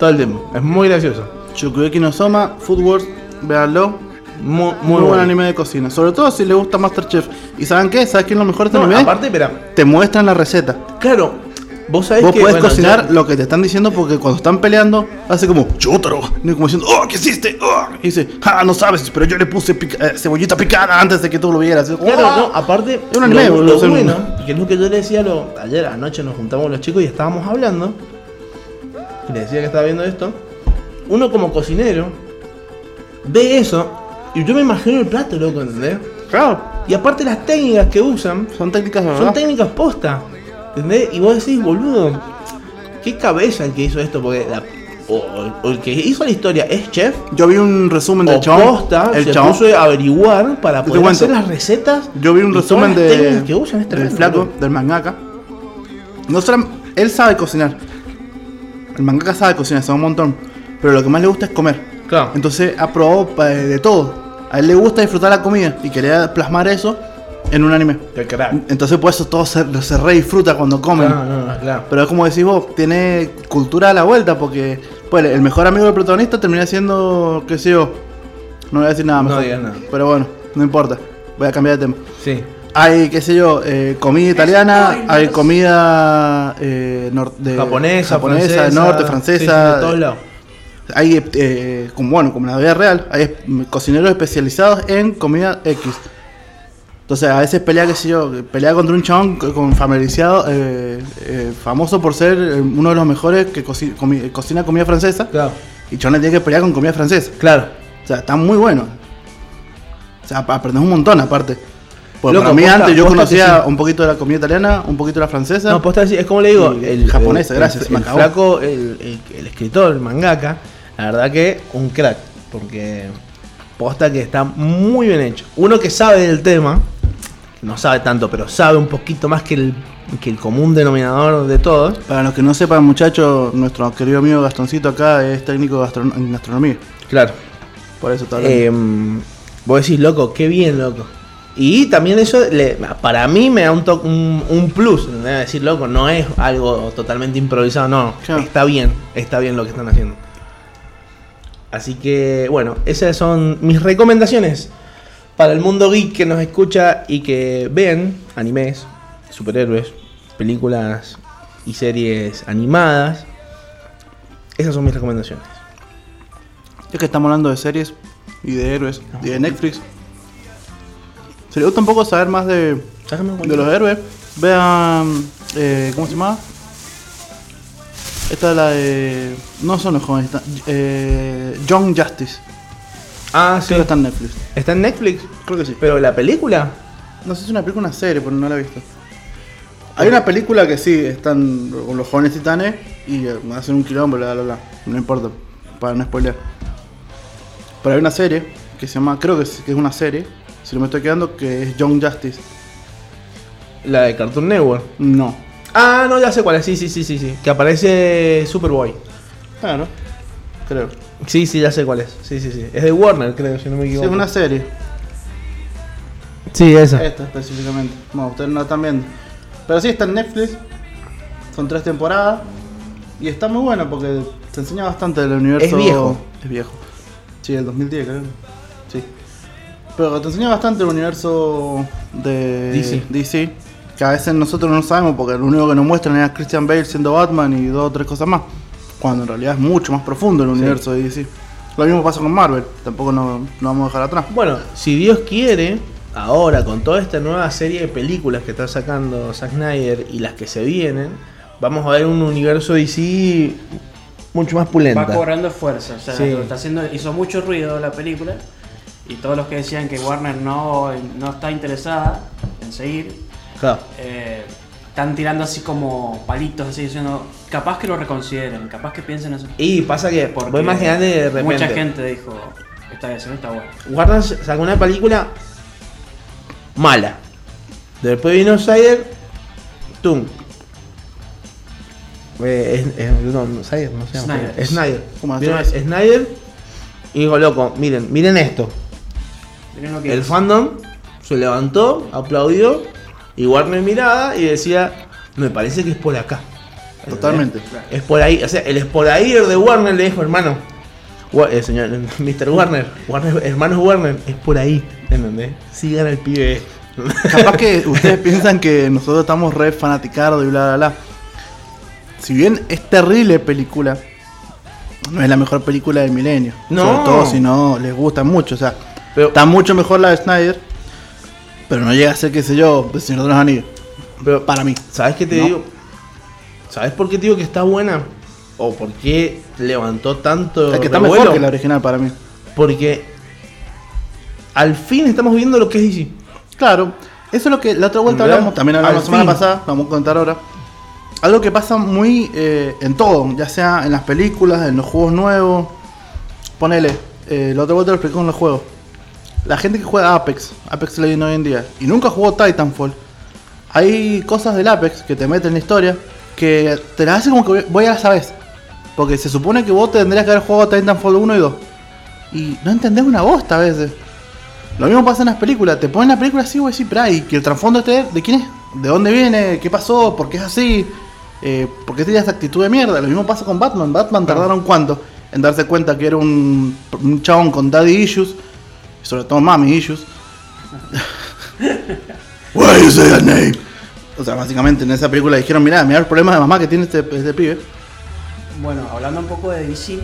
Speaker 1: Todo el tiempo. Es muy gracioso.
Speaker 2: Shokugeki no Soma, Food Wars, véanlo.
Speaker 1: Muy, muy,
Speaker 2: Muy, buen
Speaker 1: bueno.
Speaker 2: anime de cocina, sobre todo si les gusta Masterchef. ¿Y saben qué? ¿Sabes qué es lo mejor de este
Speaker 1: No,
Speaker 2: anime?
Speaker 1: aparte, espera.
Speaker 2: Te muestran la receta.
Speaker 1: Claro, vos sabés
Speaker 2: Vos
Speaker 1: que.
Speaker 2: podés
Speaker 1: bueno,
Speaker 2: cocinar
Speaker 1: yo-
Speaker 2: lo que te están diciendo porque cuando están peleando, hace como chótaro. Y Como diciendo, oh, ¿qué hiciste? Oh", Y dice, ah, no sabes, pero yo le puse pica- eh, cebollita picada antes de que tú lo vieras. Y,
Speaker 1: Claro,
Speaker 2: "Oh".
Speaker 1: no, aparte,
Speaker 2: Es un anime,
Speaker 1: lo,
Speaker 2: boludo,
Speaker 1: lo
Speaker 2: es un-
Speaker 1: bueno, que es lo que yo le decía a lo- ayer anoche nos juntamos los chicos y estábamos hablando. Y le decía que estaba viendo esto. Uno como cocinero ve eso y yo me imagino el plato, loco, ¿entendés?
Speaker 2: Claro,
Speaker 1: Y aparte las técnicas que usan
Speaker 2: son técnicas de
Speaker 1: son
Speaker 2: verdad.
Speaker 1: técnicas posta, ¿entendés? Y vos decís, boludo, qué cabeza el que hizo esto, porque la- o, o- o el que hizo la historia es chef
Speaker 2: Yo vi un resumen
Speaker 1: o
Speaker 2: del chabón.
Speaker 1: posta,
Speaker 2: el
Speaker 1: se
Speaker 2: chabón.
Speaker 1: puso a averiguar para
Speaker 2: Te
Speaker 1: poder
Speaker 2: cuento.
Speaker 1: hacer las recetas.
Speaker 2: Yo vi
Speaker 1: y
Speaker 2: un
Speaker 1: todas
Speaker 2: resumen
Speaker 1: las
Speaker 2: de,
Speaker 1: técnicas que usan es
Speaker 2: del
Speaker 1: tremendo,
Speaker 2: flaco,
Speaker 1: boludo.
Speaker 2: del mangaka. No solo, él sabe cocinar. El mangaka sabe cocinar, sabe un montón. Pero lo que más le gusta es comer.
Speaker 1: Claro.
Speaker 2: Entonces ha probado pa- de todo. A él le gusta disfrutar la comida y quería plasmar eso en un anime.
Speaker 1: Qué crack.
Speaker 2: Entonces por eso todo se, lo- se re disfruta cuando comen.
Speaker 1: No, no, no, claro.
Speaker 2: Pero es como decís vos, tiene cultura a la vuelta porque pues, el mejor amigo del protagonista termina siendo, qué sé yo, no voy a decir nada
Speaker 1: No
Speaker 2: mejor.
Speaker 1: digas nada.
Speaker 2: Pero bueno, no importa. Voy a cambiar de tema.
Speaker 1: Sí.
Speaker 2: Hay, qué sé yo, eh, comida italiana, hay comida eh, nor- de-
Speaker 1: Japonesa,
Speaker 2: japonesa, del
Speaker 1: francesa,
Speaker 2: norte,
Speaker 1: sí, sí,
Speaker 2: francesa,
Speaker 1: de todos lados.
Speaker 2: hay, eh, como bueno, como en la vida real, hay es- cocineros especializados en comida X. Entonces, a veces pelea, qué sé yo, pelea contra un chabón co- con familiarizado, eh, eh, famoso por ser eh, uno de los mejores que coci- comi- cocina comida francesa.
Speaker 1: Claro.
Speaker 2: Y chabón le tiene que pelear con comida francesa.
Speaker 1: Claro.
Speaker 2: O sea, está muy bueno. O sea, pa- aprendes un montón aparte. Porque
Speaker 1: Loco,
Speaker 2: para mí
Speaker 1: posta-
Speaker 2: antes yo
Speaker 1: posta que
Speaker 2: conocía
Speaker 1: sí.
Speaker 2: un poquito de la comida italiana, un poquito de la francesa.
Speaker 1: No, posta decir, es como le digo,
Speaker 2: Y
Speaker 1: el
Speaker 2: japonesa,
Speaker 1: el-
Speaker 2: gracias,
Speaker 1: El,
Speaker 2: me
Speaker 1: el
Speaker 2: acabó.
Speaker 1: flaco, el, el- el escritor, el mangaka, la verdad que un crack. Porque posta que está muy bien hecho. Uno que sabe del tema, no sabe tanto, pero sabe un poquito más que el, que el común denominador de todos.
Speaker 2: Para los que no sepan, muchachos, nuestro querido amigo Gastoncito acá es técnico de gastron- en gastronomía.
Speaker 1: Claro.
Speaker 2: Por eso está hablando.
Speaker 1: Eh, vos decís, loco, qué bien, loco. Y también eso le- para mí me da un, to- un, un plus. ¿entendés? Decir, loco, no es algo totalmente improvisado, no.
Speaker 2: Claro.
Speaker 1: Está bien, está bien lo que están haciendo. Así que, bueno, esas son mis recomendaciones para el mundo geek que nos escucha y que vean animes, superhéroes, películas y series animadas. Esas son mis recomendaciones.
Speaker 2: Ya que estamos hablando de series y de héroes y de Netflix, sería un poco saber más de,
Speaker 1: Sácame un
Speaker 2: de los héroes. Vean, eh, ¿cómo se llama? Esta es la de. No son los jóvenes, está- eh, Young Justice.
Speaker 1: Ah, sí.
Speaker 2: Creo que está en Netflix.
Speaker 1: Está en Netflix.
Speaker 2: Creo que sí.
Speaker 1: Pero la película.
Speaker 2: No sé si es una película o una serie, pero no la he visto. Hay una película que sí, están con los jóvenes titanes y eh, hacen un quilombo, bla, bla, bla. No importa, para no spoilear. Pero hay una serie que se llama, creo que es, que es una serie, si no me estoy quedando, que es Young Justice.
Speaker 1: La de Cartoon Network.
Speaker 2: No.
Speaker 1: Ah, no, ya sé cuál es. Sí, sí, sí, sí, sí. Que aparece Superboy.
Speaker 2: Claro, creo.
Speaker 1: Sí, sí, ya sé cuál es. Sí, sí, sí. Es de Warner, creo, si no me
Speaker 2: Sí,
Speaker 1: equivoco.
Speaker 2: es una serie,
Speaker 1: Sí,
Speaker 4: Eh.
Speaker 1: esa.
Speaker 2: esta específicamente. Bueno, ustedes no la están viendo. Pero sí, está en Netflix. Son tres temporadas. Y está muy bueno porque te enseña bastante del universo.
Speaker 1: viejo.
Speaker 2: Es viejo. Sí, del 2010 creo. Sí. Pero te enseña bastante el universo de
Speaker 1: DC.
Speaker 2: que a veces nosotros no sabemos porque lo único que nos muestran es a Christian Bale siendo Batman y dos o tres cosas más. Cuando en realidad es mucho más profundo el universo de DC. Lo mismo pasa con Marvel, tampoco nos no vamos a dejar atrás.
Speaker 1: Bueno, si Dios quiere, ahora con toda esta nueva serie de películas que está sacando Zack Snyder y las que se vienen, vamos a ver un universo DC mucho más
Speaker 4: Va
Speaker 1: pulenta.
Speaker 4: cobrando fuerza, o sea,
Speaker 1: Sí.
Speaker 4: está haciendo, hizo mucho ruido la película y todos los que decían que Warner no, no está interesada en seguir,
Speaker 1: Claro.
Speaker 4: eh, están tirando así como palitos, así diciendo, capaz que lo reconsideren, capaz que piensen eso.
Speaker 1: Y pasa que,
Speaker 4: Porque
Speaker 1: vos imaginate de repente.
Speaker 4: Mucha gente dijo, esta versión está buena.
Speaker 1: Warner sacó una película mala. Después vino Snyder, tum. Eh, es, es- no, no, Snyder, no se llama.
Speaker 4: Snyder.
Speaker 1: Snyder.
Speaker 2: ¿Cómo
Speaker 1: Vino
Speaker 2: se
Speaker 1: Snyder y dijo, loco, miren, miren esto.
Speaker 4: Miren lo que
Speaker 1: El
Speaker 4: es.
Speaker 1: fandom se levantó, aplaudió, y Warner miraba y decía, me parece que es por acá. ¿Entendés?
Speaker 2: Totalmente.
Speaker 1: Es por ahí, o sea, el es por ahí de Warner le dijo, hermano, Wa- eh, señor, (laughs) Mr. Warner, Warner, hermanos Warner, es por ahí, ¿entendés? Sigan al pibe.
Speaker 2: Capaz que ustedes piensan que nosotros estamos re fanaticados y bla bla bla. Si bien es terrible película, no es la mejor película del milenio.
Speaker 1: No.
Speaker 2: Sobre todo si no les gusta mucho. O sea,
Speaker 1: Pero-
Speaker 2: está mucho mejor la de Snyder, pero no llega a ser, qué sé yo, El Señor de los Anillos.
Speaker 1: Pero,
Speaker 2: Para mí.
Speaker 1: ¿sabes qué te
Speaker 2: No.
Speaker 1: digo? ¿Sabes por qué te digo que está buena? ¿O por qué levantó tanto
Speaker 2: Es que está
Speaker 1: revuelo?
Speaker 2: mejor que la original para mí.
Speaker 1: Porque al fin estamos viendo lo que es DC.
Speaker 2: Claro, eso es lo que la otra vuelta
Speaker 1: ¿Verdad?
Speaker 2: hablamos, también hablamos
Speaker 1: Al
Speaker 2: la semana
Speaker 1: fin.
Speaker 2: pasada, vamos a contar ahora. Algo que pasa muy eh, en todo, ya sea en las películas, en los juegos nuevos. Ponele, eh, la otra vuelta lo explico en los juegos. La gente que juega Apex, Apex Legends hoy en día, y nunca jugó Titanfall, hay cosas del Apex que te meten en la historia que te las hace como que voy a las sabes. Porque se supone que vos tendrías que haber jugado Titanfall 1 y 2. Y no entendés una bosta a veces. Lo mismo pasa en las películas. Te ponen la película así, güey, sí, pero y que el trasfondo este de quién es, de dónde viene, qué pasó, por qué es así, eh, por qué tiene esta actitud de mierda. Lo mismo pasa con Batman. Batman tardaron cuánto en darse cuenta que era un, un chabón con daddy issues, y sobre todo mami issues. Why you say that name? O sea, básicamente en esa película dijeron, mirá, mirá el problema de mamá que tiene este, este pibe.
Speaker 4: Bueno, hablando un poco de DC, eh,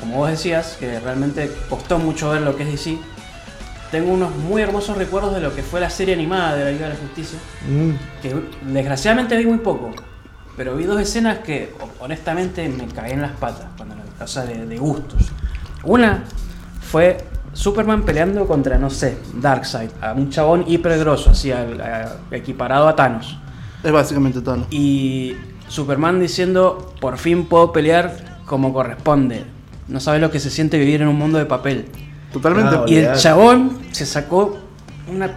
Speaker 4: como vos decías, que realmente costó mucho ver lo que es DC, tengo unos muy hermosos recuerdos de lo que fue la serie animada de la Liga de la Justicia, que desgraciadamente vi muy poco, pero vi dos escenas que ho- honestamente me caí en las patas, cuando la- o sea, de, de gustos. Una fue Superman peleando contra, no sé, Darkseid, a un chabón hipergroso, así, al- a- equiparado a Thanos.
Speaker 2: Es básicamente todo.
Speaker 4: Y Superman diciendo, por fin puedo pelear como corresponde. No sabes lo que se siente vivir en un mundo de papel.
Speaker 2: Totalmente.
Speaker 1: Ah,
Speaker 4: Y el
Speaker 1: Olvidate.
Speaker 4: chabón se sacó una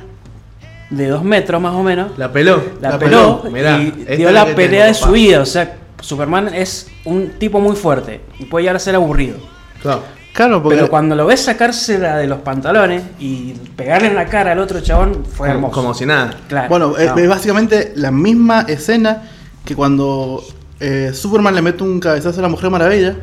Speaker 4: de dos metros más o menos. La,
Speaker 1: La peló.
Speaker 2: la
Speaker 4: peló,
Speaker 1: peló. Mirá,
Speaker 4: y
Speaker 1: esta
Speaker 4: dio
Speaker 1: es
Speaker 4: la
Speaker 1: que
Speaker 4: pelea
Speaker 1: tengo,
Speaker 4: de su
Speaker 1: pa.
Speaker 4: vida. O sea, Superman es un tipo muy fuerte y puede llegar a ser aburrido.
Speaker 1: Claro.
Speaker 2: Claro, porque
Speaker 4: Pero cuando lo ves sacársela de los pantalones y pegarle en la cara al otro chabón, fue
Speaker 1: Como,
Speaker 4: hermoso.
Speaker 1: como si eh, nada.
Speaker 4: Claro,
Speaker 2: Bueno, es-
Speaker 4: no.
Speaker 2: es básicamente la misma escena que cuando eh, Superman le mete un cabezazo a la Mujer Maravilla.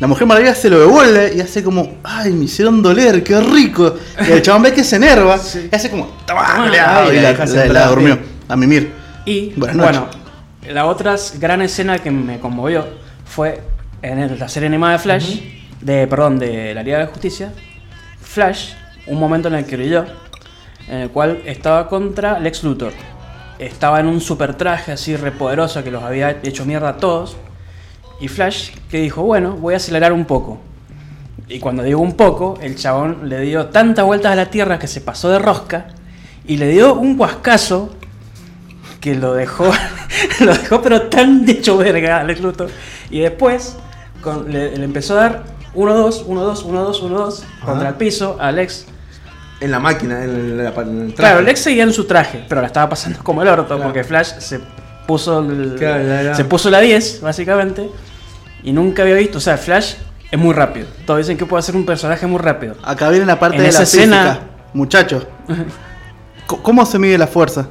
Speaker 2: La Mujer Maravilla se lo devuelve y hace como, ay, me hicieron doler, qué rico. Y el chabón ve que se enerva y hace como, "Toma", le da-
Speaker 1: Ah,
Speaker 2: y
Speaker 1: y la
Speaker 2: la,
Speaker 1: deja
Speaker 2: la-
Speaker 1: sentada,
Speaker 2: la durmió
Speaker 1: sí.
Speaker 2: a mimir.
Speaker 4: Y
Speaker 2: Buenas
Speaker 4: bueno,
Speaker 2: noches.
Speaker 4: la otra s- gran escena que me conmovió fue en el- la serie animada de Flash, de perdón, de la Liga de la Justicia. Flash, un momento en el que brilló, en el cual estaba contra Lex Luthor. Estaba en un super traje así repoderoso que los había hecho mierda a todos. Y Flash que dijo, bueno, voy a acelerar un poco. Y cuando digo un poco, el chabón le dio tantas vueltas a la Tierra que se pasó de rosca y le dio un guascazo que lo dejó, (laughs) lo dejó pero tan de hecho verga al Luthor. Y después con- le, le empezó a dar 1-2, 1-2, 1-2, 1-2 contra el piso a Lex.
Speaker 1: En la máquina, en, el- en la- en el traje.
Speaker 4: Claro, Lex seguía en su traje, pero la estaba pasando como el orto
Speaker 1: Claro.
Speaker 4: porque Flash se puso, el-
Speaker 1: Claro, ya, ya.
Speaker 4: se puso la 10, básicamente, y nunca había visto. O sea, Flash es muy rápido. Todos dicen que puede ser un personaje muy rápido. (laughs)
Speaker 2: Acá viene la parte
Speaker 4: En
Speaker 2: de
Speaker 4: esa
Speaker 2: la
Speaker 4: escena-
Speaker 2: física. Muchachos, co- ¿cómo se mide la fuerza?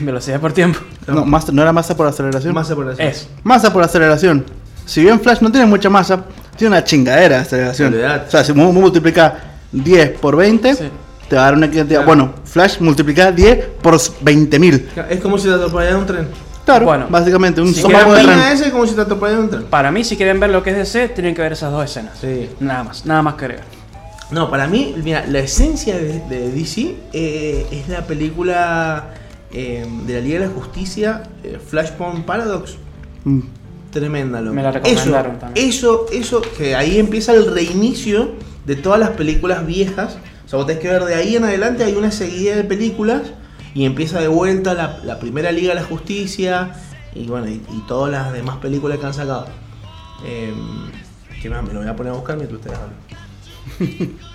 Speaker 4: Velocidad por tiempo.
Speaker 2: No, masa- ¿no era masa por aceleración?
Speaker 1: Masa por así.
Speaker 4: Es.
Speaker 2: Masa por aceleración. Si bien Flash no tiene mucha masa, tiene una chingadera de aceleración.
Speaker 1: Olvidate.
Speaker 2: O sea, si mu- multiplica 10 por 20,
Speaker 4: Sí.
Speaker 2: te va a dar una cantidad.
Speaker 1: Claro.
Speaker 2: Bueno, Flash multiplicada 10 por 20.000.
Speaker 1: Es como si te atropellaran un tren.
Speaker 2: Claro,
Speaker 4: Bueno.
Speaker 2: básicamente, un
Speaker 4: Si
Speaker 1: Como
Speaker 2: sopapo de
Speaker 1: opina
Speaker 2: tren.
Speaker 1: ese es como si te atropellaran un tren.
Speaker 4: Para mí, si quieren ver lo que es DC, tienen que ver esas dos escenas.
Speaker 1: Sí.
Speaker 4: Nada más, nada más que ver.
Speaker 1: No, para mí, mira, la esencia de, de DC eh, es la película eh, de la Liga de la Justicia, eh, Flashpoint Paradox.
Speaker 2: Mm.
Speaker 1: Tremenda, loco.
Speaker 4: Me la recomendaron
Speaker 1: eso,
Speaker 4: también.
Speaker 1: Eso, eso, que ahí empieza el reinicio de todas las películas viejas. O sea, vos tenés que ver de ahí en adelante, hay una seguida de películas y empieza de vuelta la, la primera Liga de la Justicia y bueno, y, y todas las demás películas que han sacado. Eh, ¿Qué más? Me lo voy a poner a buscar mientras ustedes hablan.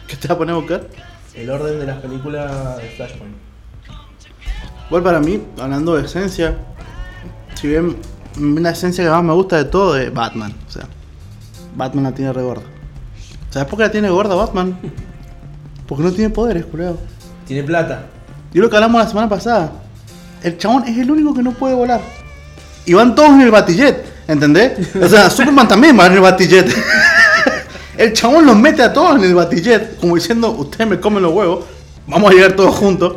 Speaker 2: ¿Qué te va a poner a buscar?
Speaker 1: El orden de las películas de Flashpoint.
Speaker 2: Igual para mí, hablando de esencia, si bien una esencia que más me gusta de todo es Batman. O sea, Batman la tiene re gorda. ¿Sabes por qué la tiene gorda Batman? Porque no tiene poderes, culiao.
Speaker 1: Tiene plata.
Speaker 2: Y es lo que hablamos la semana pasada. El chabón es el único que no puede volar. Y van todos en el batillet, ¿entendés? O
Speaker 1: (laughs)
Speaker 2: sea, Superman también va en el batillet. (laughs) El chabón los mete a todos en el batillet, como diciendo, ustedes me comen los huevos, vamos a llegar todos juntos.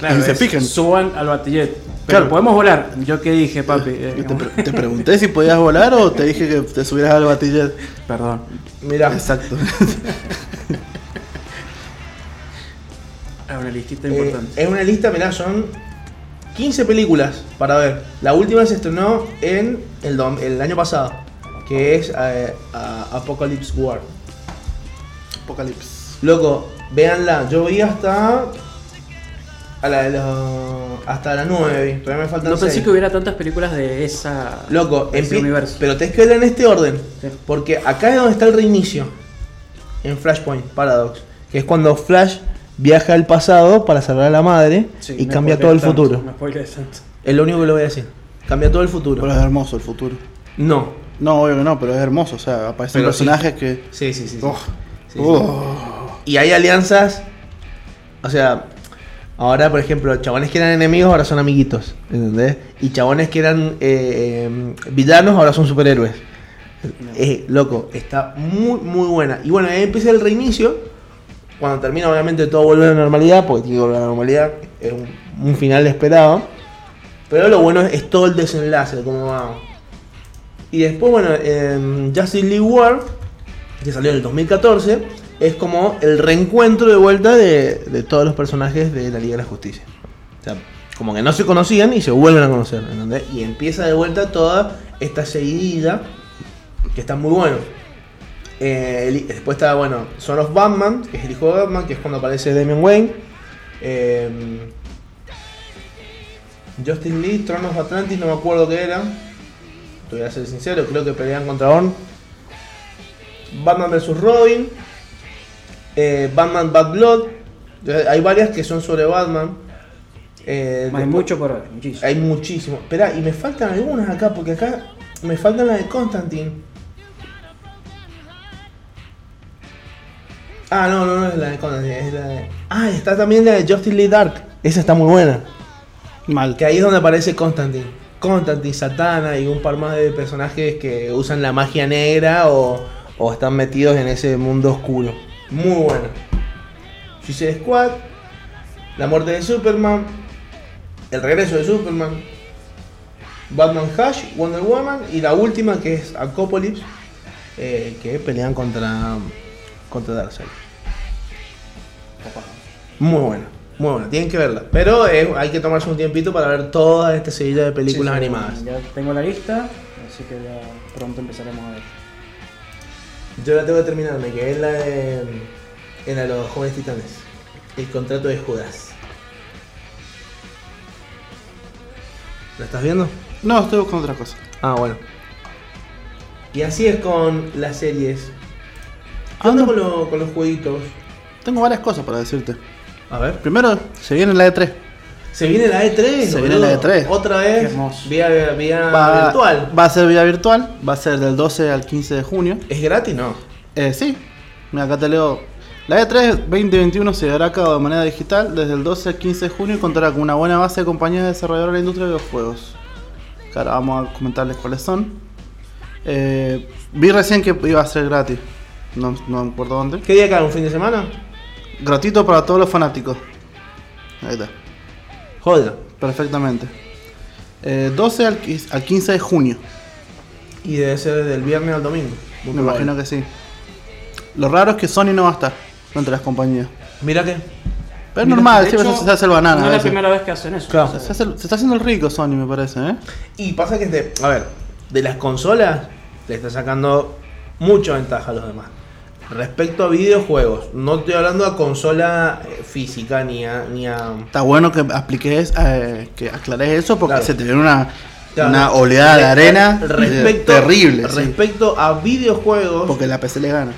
Speaker 2: y se
Speaker 4: es,
Speaker 2: pican.
Speaker 4: Suban al batillet. Pero
Speaker 2: Claro.
Speaker 4: podemos volar. Yo qué dije, papi. Eh,
Speaker 2: Yo te, pre- te pregunté si podías volar o te dije que te subieras al batillet.
Speaker 4: Perdón.
Speaker 1: Mirá.
Speaker 2: Exacto.
Speaker 4: Es una listita
Speaker 1: Eh,
Speaker 4: importante.
Speaker 1: es una lista, mirá, son 15 películas para ver. La última se estrenó en el, dom- el año pasado, que es eh, a- Apocalypse War.
Speaker 2: Apocalipsis.
Speaker 1: Loco, véanla, yo vi hasta a la de los- hasta la 9, vi. todavía me faltan
Speaker 4: no pensé
Speaker 1: seis.
Speaker 4: que hubiera tantas películas de esa.
Speaker 1: Loco,
Speaker 4: de ese
Speaker 1: empie-
Speaker 4: universo.
Speaker 1: pero tenés que verla en este orden,
Speaker 4: Sí.
Speaker 1: porque acá es donde está el reinicio en Flashpoint Paradox, que es cuando Flash viaja al pasado para salvar a la madre
Speaker 4: Sí,
Speaker 1: y
Speaker 4: no
Speaker 1: cambia
Speaker 4: spoilees
Speaker 1: todo el
Speaker 4: tanto,
Speaker 1: futuro.
Speaker 4: no spoilees tanto.
Speaker 1: Es lo único que le voy a decir. Cambia todo el futuro.
Speaker 2: Pero es hermoso el futuro.
Speaker 1: No.
Speaker 2: No, obvio que no, pero es hermoso. O sea, aparecen
Speaker 1: Pero sí.
Speaker 2: personajes que.
Speaker 1: Sí, sí, sí. sí.
Speaker 2: Oh.
Speaker 1: Sí, sí.
Speaker 2: Oh.
Speaker 1: Y hay alianzas. O sea, ahora, por ejemplo, chabones que eran enemigos ahora son amiguitos. ¿Entendés? Y chabones que eran eh, eh, villanos ahora son superhéroes. Eh, loco, está muy, muy buena. Y bueno, ahí empieza el reinicio. Cuando termina, obviamente, todo vuelve a la normalidad, porque tiene que volver a la normalidad. Es un, un final esperado. Pero lo bueno es, es todo el desenlace, cómo va. Y después, bueno, en Justice League War, que salió en el 2014, es como el reencuentro de vuelta de, de todos los personajes de la Liga de la Justicia. O sea, como que no se conocían y se vuelven a conocer, ¿entendés? Y empieza de vuelta toda esta seguida, que está muy bueno. Eh, el- después está, bueno, Son of Batman, que es el hijo de Batman, que es cuando aparece Damian Wayne. Eh, Justin Lee, Tronos de Atlantis, no me acuerdo qué era. Te voy a ser sincero, creo que pelean contra Orn. Batman vs Robin. eh, Batman Bad Blood. eh, Hay varias que son sobre Batman. eh,
Speaker 4: Hay
Speaker 1: después-
Speaker 4: mucho por ver, muchísimo.
Speaker 1: Hay muchísimo. Espera, y me faltan algunas acá, porque acá me faltan las de Constantine. Ah, no, no, no es la de Constantine, es la de... Ah, está también la de Justin Lee Dark. Esa está muy buena.
Speaker 2: Mal.
Speaker 1: Que ahí es donde aparece Constantine. Constantine, Satana y un par más de personajes que usan la magia negra o, o están metidos en ese mundo oscuro. Muy bueno. Suicide Squad, La muerte de Superman, El regreso de Superman, Batman Hush, Wonder Woman y la última que es Acopolis, eh, que pelean contra, contra Darkseid. Muy buena, muy buena, tienen que verla. Pero eh, hay que tomarse un tiempito para ver toda esta serie de películas
Speaker 4: Sí, sí,
Speaker 1: animadas.
Speaker 4: Ya tengo la lista, así que ya pronto empezaremos a ver.
Speaker 1: Yo la tengo que terminar, me quedé en la de, en la de los jóvenes titanes. El contrato de Judas. ¿La estás viendo?
Speaker 2: No, estoy buscando otra cosa.
Speaker 1: Ah, bueno. Y así es con las series. ¿Qué
Speaker 2: Ah,
Speaker 1: onda
Speaker 2: no.
Speaker 1: con, lo- con los jueguitos?
Speaker 2: Tengo varias cosas para decirte.
Speaker 1: A ver.
Speaker 2: Primero, se viene la E E3.
Speaker 1: ¿Se viene la E3?
Speaker 2: Se viene
Speaker 1: boludo?
Speaker 2: la E E3.
Speaker 1: Otra vez.
Speaker 4: Qué hermoso.
Speaker 1: Vía, vía
Speaker 2: Va,
Speaker 1: Ah, virtual.
Speaker 2: Va a ser vía virtual. Va a ser del 12 al 15 de junio.
Speaker 1: ¿Es gratis? No.
Speaker 2: Eh, sí, mira, acá te leo. La E E3 2021 se llevará a cabo de manera digital desde el 12 al 15 de junio y contará con una buena base de compañías desarrolladoras de la industria de videojuegos. Que ahora vamos a comentarles cuáles son. Eh, vi recién que iba a ser gratis. No, no me acuerdo dónde.
Speaker 1: ¿Qué día cae? ¿Un fin de semana?
Speaker 2: Gratuito para todos los fanáticos. Ahí está.
Speaker 1: Joda.
Speaker 2: Perfectamente. Eh, 12 al, qui- al 15 de junio.
Speaker 1: Y debe ser del viernes al domingo. muy
Speaker 2: Me
Speaker 1: probable.
Speaker 2: imagino que sí. Lo raro es que Sony no va a estar entre las compañías.
Speaker 1: Mira que.
Speaker 2: Pero es
Speaker 1: Mira,
Speaker 2: normal,
Speaker 4: De
Speaker 2: siempre
Speaker 4: hecho,
Speaker 2: se, se hace el banana.
Speaker 4: No
Speaker 2: a
Speaker 4: es la
Speaker 2: veces.
Speaker 4: primera vez que hacen eso.
Speaker 1: Claro.
Speaker 2: se, hace el- se está haciendo el rico Sony, me parece, ¿eh?
Speaker 1: Y pasa que, este- a ver, de las consolas le está sacando mucha ventaja a los demás. Respecto a videojuegos, no estoy hablando a consola eh, física ni a. Ni a
Speaker 2: Está bueno que apliques, eh, que aclares eso porque
Speaker 1: Claro.
Speaker 2: se te viene una,
Speaker 1: Claro,
Speaker 2: una
Speaker 1: no.
Speaker 2: oleada de
Speaker 1: Re-
Speaker 2: arena
Speaker 1: respecto,
Speaker 2: eh, terrible. sí.
Speaker 1: Respecto a videojuegos,
Speaker 2: porque la PC le gana.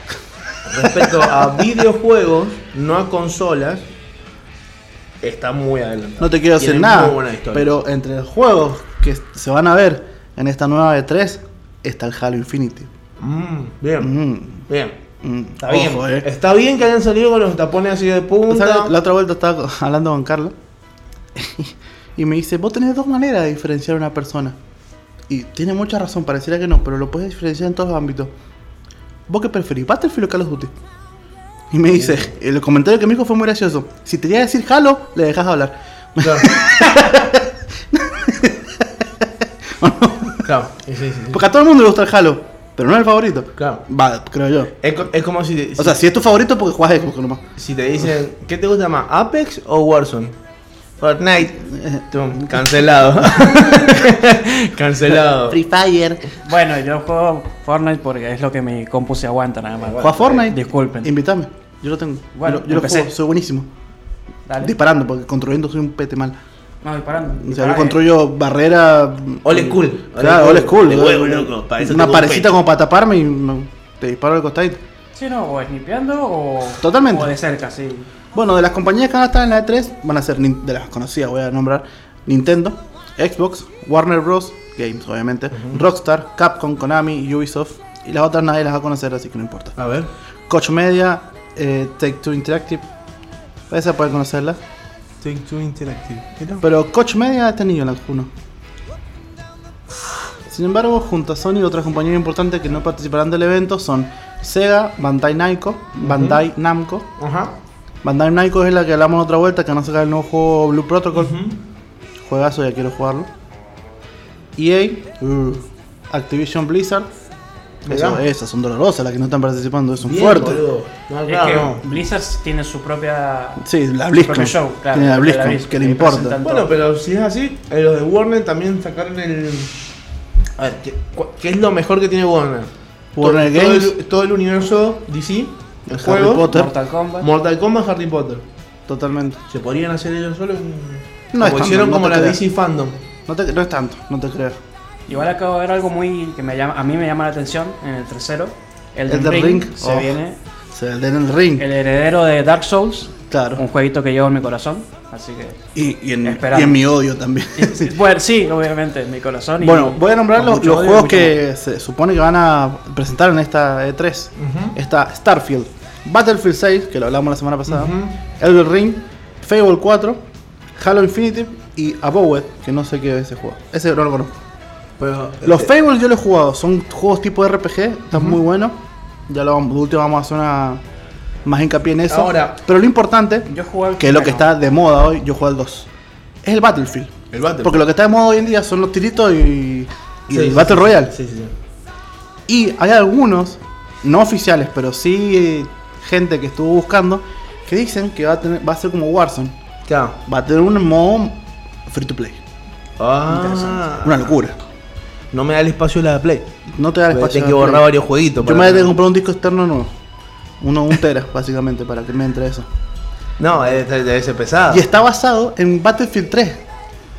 Speaker 1: respecto a videojuegos, no a consolas, está muy adelantado.
Speaker 2: No te quiero
Speaker 1: Tiene
Speaker 2: decir
Speaker 1: muy
Speaker 2: nada,
Speaker 1: buena historia.
Speaker 2: pero entre los juegos que se van a ver en esta nueva E3 está el Halo Infinity.
Speaker 1: Mm, bien,
Speaker 2: Mm,
Speaker 1: bien.
Speaker 2: mm,
Speaker 1: Está
Speaker 2: ojo,
Speaker 1: bien.
Speaker 2: eh.
Speaker 1: Está bien que hayan salido con los tapones así de
Speaker 2: O sea,
Speaker 1: punta.
Speaker 2: la- la otra vuelta estaba (laughs) hablando con Carla y me dice, vos tenés dos maneras de diferenciar a una persona. Y tiene mucha razón, pareciera que no, pero lo puedes diferenciar en todos los ámbitos. ¿Vos qué preferís, Battlefield o Call of Duty? Y me dice, el comentario que me dijo fue muy gracioso. Si te iba a decir Halo, le dejas hablar.
Speaker 1: Claro. claro. sí, sí, sí.
Speaker 2: Porque a todo el mundo le gusta el Halo, pero no es el favorito.
Speaker 1: Claro.
Speaker 2: Va, creo yo.
Speaker 1: Es, co- es como si te, si,
Speaker 2: O sea, si es tu favorito, porque juegas Xbox nomás.
Speaker 1: si te dicen, ¿qué te gusta más? ¿Apex o Warzone? Fortnite. Tum, Cancelado. Cancelado.
Speaker 2: Free Fire.
Speaker 4: Bueno, yo juego Fortnite porque es lo que mi compu se aguanta nada más.
Speaker 2: ¿Juegas Fortnite?
Speaker 4: Disculpen.
Speaker 2: Invítame. Yo lo tengo.
Speaker 4: Bueno,
Speaker 2: yo, lo- yo lo
Speaker 4: empecé.
Speaker 2: juego, soy buenísimo.
Speaker 4: Dale.
Speaker 2: Disparando, porque construyendo soy un pete mal.
Speaker 4: no, disparando. Ah,
Speaker 2: O sea, yo
Speaker 4: Dispara-
Speaker 2: construyo barrera.
Speaker 1: Ah, eh.
Speaker 2: mm,
Speaker 1: Old school.
Speaker 2: Claro, old school.
Speaker 1: De huevo, loco. Para eso
Speaker 2: una
Speaker 1: tengo un
Speaker 2: parecita
Speaker 1: pecho.
Speaker 2: como para taparme y me- te disparo al costado.
Speaker 4: eh, Sí, no, o snipeando o.
Speaker 2: Totalmente.
Speaker 4: O de cerca, sí.
Speaker 2: Bueno, de las compañías que van a estar en la E3, van a ser nin- de las conocidas, voy a nombrar Nintendo, Xbox, Warner Bros. Games, obviamente, Rockstar, Capcom, Konami, Ubisoft. Y las otras nadie las va a conocer, así que no importa.
Speaker 1: A ver.
Speaker 2: Coach Media, eh, Take Two Interactive. Esa puede conocerla.
Speaker 1: Take two Interactive.
Speaker 2: Pero Coach Media este niño en la 1. Sin embargo, junto a Sony, otras compañías importantes que no participarán del evento son Sega, Bandai Namco, Bandai Namco.
Speaker 1: Ajá.
Speaker 2: Bandai Namco es la que hablamos otra vuelta, que van a sacar el nuevo juego Blue Protocol. Juegazo, ya quiero jugarlo. EA, uh, Activision Blizzard. Eso-
Speaker 1: Mirá.
Speaker 2: esas son dolorosas las que no están participando, son
Speaker 1: Bien,
Speaker 2: fuertes.
Speaker 1: boludo. No,
Speaker 4: Es que
Speaker 1: claro, no.
Speaker 4: Blizzard tiene su propia.
Speaker 2: Sí, la
Speaker 4: su propio
Speaker 2: BlizzCon.
Speaker 4: show, claro.
Speaker 2: Tiene la
Speaker 4: la
Speaker 2: BlizzCon,
Speaker 4: Blizzcon,
Speaker 2: que le
Speaker 4: y
Speaker 2: importa.
Speaker 4: presentan
Speaker 1: Bueno,
Speaker 4: todo.
Speaker 1: pero si es así, eh, los de Warner también sacaron el. A ver, ¿qué, cua- qué es lo mejor que tiene Warner?
Speaker 2: Warner
Speaker 1: todo,
Speaker 2: Games.
Speaker 1: Todo el, todo el universo DC,
Speaker 2: El
Speaker 1: el
Speaker 2: Harry
Speaker 1: juego,
Speaker 2: Potter.
Speaker 4: Mortal Kombat.
Speaker 1: Mortal Kombat, Harry Potter.
Speaker 2: Totalmente.
Speaker 1: ¿Se podrían hacer ellos solos? Mm.
Speaker 2: No es
Speaker 1: como
Speaker 2: tanto,
Speaker 1: hicieron
Speaker 2: no
Speaker 1: como
Speaker 2: te
Speaker 1: la
Speaker 2: creas.
Speaker 1: DC Fandom.
Speaker 2: No, te- no es tanto, no te creo.
Speaker 4: Igual acabo de ver algo muy que me llama, a mí me llama la atención en el tercero. El
Speaker 2: Elden
Speaker 4: del Ring,
Speaker 2: Ring,
Speaker 4: se
Speaker 2: oh.
Speaker 4: viene.
Speaker 2: Se den el ring,
Speaker 4: El Oh. heredero de Dark Souls. Un
Speaker 2: claro.
Speaker 4: jueguito que llevo en mi corazón. Así que.
Speaker 2: Y, y en,
Speaker 4: Esperando.
Speaker 2: y en mi odio también. (laughs) Sí.
Speaker 4: Bueno, sí, obviamente, en mi corazón. y-
Speaker 2: bueno, voy a nombrar
Speaker 4: con
Speaker 2: los,
Speaker 4: mucho
Speaker 2: los
Speaker 4: odio,
Speaker 2: juegos
Speaker 4: mucho amor.
Speaker 2: que se supone que van a presentar en esta E3. Está Starfield, Battlefield 6, que lo hablamos la semana pasada,
Speaker 1: Ujú.
Speaker 2: Elden Ring, Fable 4, Halo Infinity y Abowed, que no sé qué es ese juego. Ese no lo conozco.
Speaker 1: Pero,
Speaker 2: Los
Speaker 1: eh,
Speaker 2: Fable yo los he jugado, son juegos tipo RPG, están muy buenos. Ya lo vamos, de último vamos a hacer una más hincapié en eso.
Speaker 1: Ahora-
Speaker 2: Pero lo importante
Speaker 4: Yo jugué al
Speaker 2: que es lo que
Speaker 4: primero.
Speaker 2: está de moda hoy, yo juego al 2. Es el Battlefield.
Speaker 1: el Battle.
Speaker 2: Porque lo que está de moda hoy en día son los tiritos y, y
Speaker 1: Sí,
Speaker 2: el
Speaker 1: sí,
Speaker 2: Battle
Speaker 1: sí,
Speaker 2: Royale.
Speaker 1: Sí, sí, sí.
Speaker 2: Y hay algunos, no oficiales, pero sí eh, gente que estuvo buscando, que dicen que va a, tener, va a ser como Warzone.
Speaker 1: Claro.
Speaker 2: Va a tener un modo free to play.
Speaker 1: Ah,
Speaker 2: Una locura.
Speaker 1: no me da el espacio la de Play.
Speaker 2: No te da el
Speaker 1: Voy a
Speaker 2: espacio.
Speaker 1: tener que
Speaker 2: de
Speaker 1: borrar
Speaker 2: play.
Speaker 1: varios jueguitos.
Speaker 2: Yo
Speaker 1: para-
Speaker 2: me voy a tener que comprar un disco externo nuevo. Uno, un tera, (laughs) básicamente, para que me entre eso.
Speaker 1: No, eh, debe, ser pesado.
Speaker 2: Y está basado en Battlefield 3.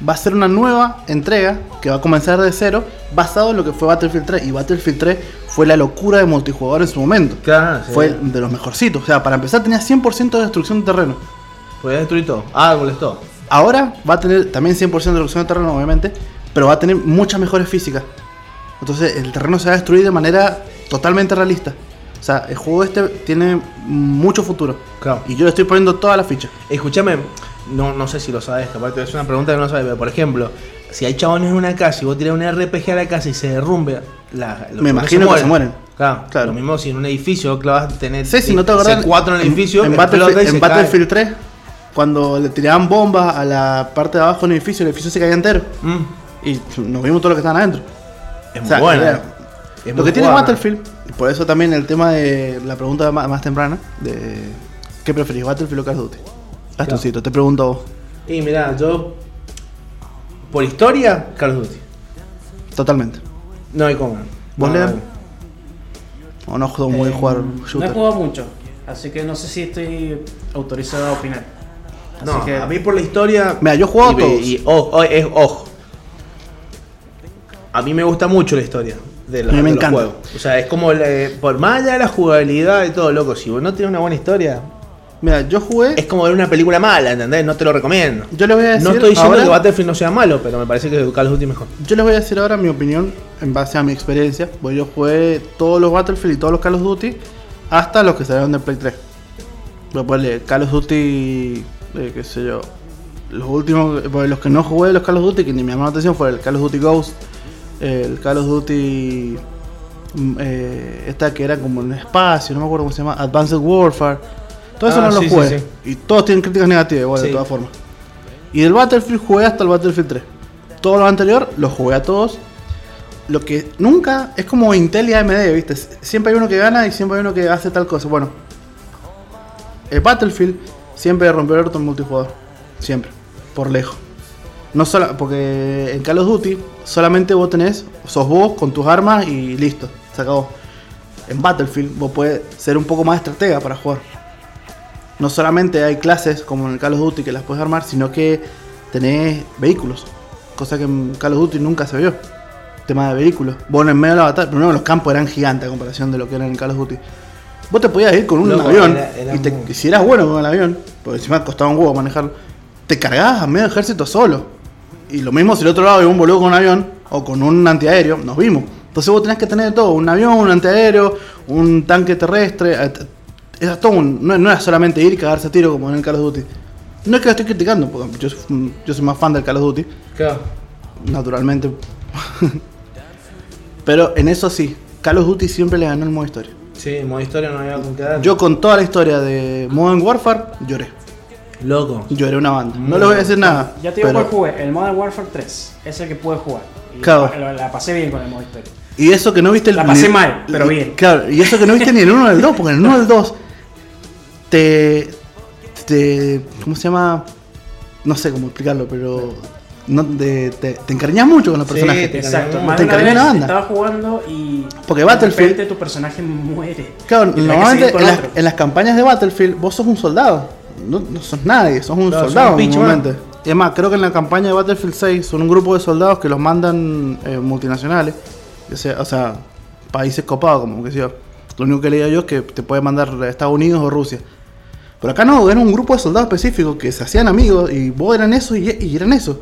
Speaker 2: Va a ser una nueva entrega que va a comenzar de cero, basado en lo que fue Battlefield 3. Y Battlefield 3 fue la locura de multijugador en su momento.
Speaker 1: Claro, sí.
Speaker 2: Fue de los mejorcitos. O sea, para empezar tenía 100% de destrucción de terreno.
Speaker 1: Podía destruir todo. Ah, molestó.
Speaker 2: Ahora va a tener también 100% de destrucción de terreno, obviamente, pero va a tener muchas mejores físicas. Entonces el terreno se va a destruir de manera totalmente realista. O sea, el juego este tiene mucho futuro.
Speaker 1: Claro.
Speaker 2: Y yo le estoy poniendo todas las fichas.
Speaker 1: Escúchame, no, no sé si lo sabes, capaz te- es una pregunta que no sabes, pero por ejemplo, si hay chabones en una casa y vos tirás un RPG a la casa y se derrumbe, la, los
Speaker 2: Me
Speaker 1: chabones
Speaker 2: imagino que se mueren.
Speaker 1: Claro,
Speaker 2: Claro.
Speaker 1: Lo mismo si en un edificio clavas tener
Speaker 2: Sí, si no te acordás. Em,
Speaker 1: cuatro en el edificio,
Speaker 2: En,
Speaker 1: explota y
Speaker 2: Battlefield,
Speaker 1: se
Speaker 2: en
Speaker 1: cae.
Speaker 2: Battlefield 3, cuando le tiraban bombas a la parte de abajo del edificio, el edificio se caía entero.
Speaker 1: Mm,
Speaker 2: Y nos vimos todos los que estaban adentro.
Speaker 1: es
Speaker 2: O
Speaker 1: muy
Speaker 2: sea,
Speaker 1: buena.
Speaker 2: era-
Speaker 1: Es
Speaker 2: lo
Speaker 1: muy
Speaker 2: que tiene
Speaker 1: buena.
Speaker 2: Battlefield, y por eso también el tema de la pregunta ma- más, temprana, de ¿qué preferís, Battlefield o Call of Duty? Gastoncito, te pregunto a vos.
Speaker 1: Y mirá, yo. Por historia, Call of Duty.
Speaker 2: Totalmente.
Speaker 1: No hay cómo.
Speaker 2: ¿Vos,
Speaker 1: No,
Speaker 2: Lea?
Speaker 1: no.
Speaker 2: ¿O no juego muy
Speaker 4: Eh,
Speaker 2: de jugar
Speaker 4: No he
Speaker 2: shooter?
Speaker 4: jugado mucho, así que no sé si estoy autorizado a opinar. Así
Speaker 1: No,
Speaker 4: que
Speaker 1: a mí por la historia.
Speaker 2: Mira, yo he jugado
Speaker 1: y,
Speaker 2: todos.
Speaker 1: y- ojo, o- es ojo. A mí me gusta mucho la historia de los,
Speaker 2: A mí me
Speaker 1: de los
Speaker 2: encanta.
Speaker 1: juegos. O sea, es como la- por más allá de la jugabilidad y todo, loco. Si vos no tienes una buena historia,
Speaker 2: Mira, yo
Speaker 1: es
Speaker 2: jugué.
Speaker 1: como ver una película mala, ¿entendés? No te lo recomiendo.
Speaker 2: Yo les voy a decir.
Speaker 1: No estoy diciendo
Speaker 2: ahora-
Speaker 1: que Battlefield no sea malo, pero me parece que Call of Duty es mejor.
Speaker 2: Yo les voy a decir ahora mi opinión en base a mi experiencia. Pues yo jugué todos los Battlefield y todos los Call of Duty hasta los que salieron de Play 3. Voy a ponerle eh, Call of Duty, eh, qué sé yo. Los últimos, pues, los que no jugué de los Call of Duty que ni me llamaron la atención fue el Call of Duty Ghost, el Call of Duty. mm, eh, esta que era como en el espacio, no me acuerdo cómo se llama, Advanced Warfare. Todo eso
Speaker 1: Ah,
Speaker 2: no lo
Speaker 1: sí, sí,
Speaker 2: jugué.
Speaker 1: sí.
Speaker 2: Y todos tienen críticas negativas, igual, de
Speaker 1: Sí.
Speaker 2: todas formas. Y del Battlefield jugué hasta el Battlefield 3. Todo lo anterior los jugué a todos. Lo que nunca es como Intel y AMD, ¿viste? Sie- Siempre hay uno que gana y siempre hay uno que hace tal cosa. Bueno, el Battlefield siempre rompió el orto en multijugador. Siempre. Por lejos. No solo, porque en Call of Duty solamente vos tenés, sos vos con tus armas y listo, se acabó. En Battlefield vos puedes ser un poco más estratega para jugar. No solamente hay clases como en el Call of Duty que las puedes armar, sino que tenés vehículos. Cosa que en Call of Duty nunca se vio. Tema de vehículos. Bueno, en medio de la batalla, primero los campos eran gigantes a comparación de lo que eran en Call of Duty. Vos te podías ir con un
Speaker 1: Loco,
Speaker 2: avión
Speaker 1: era- era
Speaker 2: y te-
Speaker 1: muy-
Speaker 2: si eras bueno con el avión, porque encima costaba un huevo manejarlo, te cargabas a medio ejército solo. Y lo mismo si el otro lado había un boludo con un avión o con un antiaéreo, nos vimos. Entonces vos tenés que tener de todo, un avión, un antiaéreo, un tanque terrestre. eh, t- Era todo un- no, no era solamente ir y cagarse a tiro como en el Call of Duty. No es que lo estoy criticando, porque yo, soy- yo soy más fan del Call of Duty,
Speaker 1: Claro.
Speaker 2: naturalmente. (laughs) Pero en eso sí, Call of Duty siempre le ganó el modo historia.
Speaker 1: Sí, en modo historia no había con qué dar.
Speaker 2: Yo con toda la historia de Modern Warfare lloré.
Speaker 1: Loco.
Speaker 2: Lloré una banda. No les voy a decir nada.
Speaker 4: Ya te digo
Speaker 2: pero-
Speaker 4: cuál jugué, el Modern Warfare 3, es el que pude jugar. Y
Speaker 2: Claro.
Speaker 4: la, la pasé bien con el modo historia.
Speaker 2: Y eso que no viste el
Speaker 4: La pasé
Speaker 2: ni-
Speaker 4: mal, pero
Speaker 2: y-
Speaker 4: bien.
Speaker 2: Claro, y eso que no viste ni el 1 ni el 2, porque en el 1 ni el 2 te, te. ¿Cómo se llama? No sé cómo explicarlo, pero. No, de- te, te encariñas mucho con los
Speaker 1: Sí,
Speaker 2: personajes.
Speaker 1: te-
Speaker 4: Exacto,
Speaker 1: cagó.
Speaker 4: más
Speaker 2: Te
Speaker 4: de una
Speaker 2: cagó
Speaker 4: vez
Speaker 2: la banda.
Speaker 4: estaba jugando y
Speaker 2: Porque
Speaker 4: de
Speaker 2: Battlefield-
Speaker 4: repente tu personaje muere.
Speaker 2: Claro,
Speaker 4: Y tenés que
Speaker 2: normalmente
Speaker 4: seguir con
Speaker 2: en las,
Speaker 4: otro.
Speaker 2: en las campañas de Battlefield vos sos un soldado. No, no sos nadie, sos un
Speaker 1: Claro,
Speaker 2: soldado
Speaker 1: sos un
Speaker 2: en un
Speaker 1: bicho,
Speaker 2: momento. Y es más, creo que en la campaña de Battlefield 6 son un grupo de soldados que los mandan eh, multinacionales. O sea, o sea, países copados, como que sé yo. Lo único que leía yo es que te puede mandar a Estados Unidos o Rusia. Pero acá no, era un grupo de soldados específicos que se hacían amigos y vos eran eso y, y eran eso.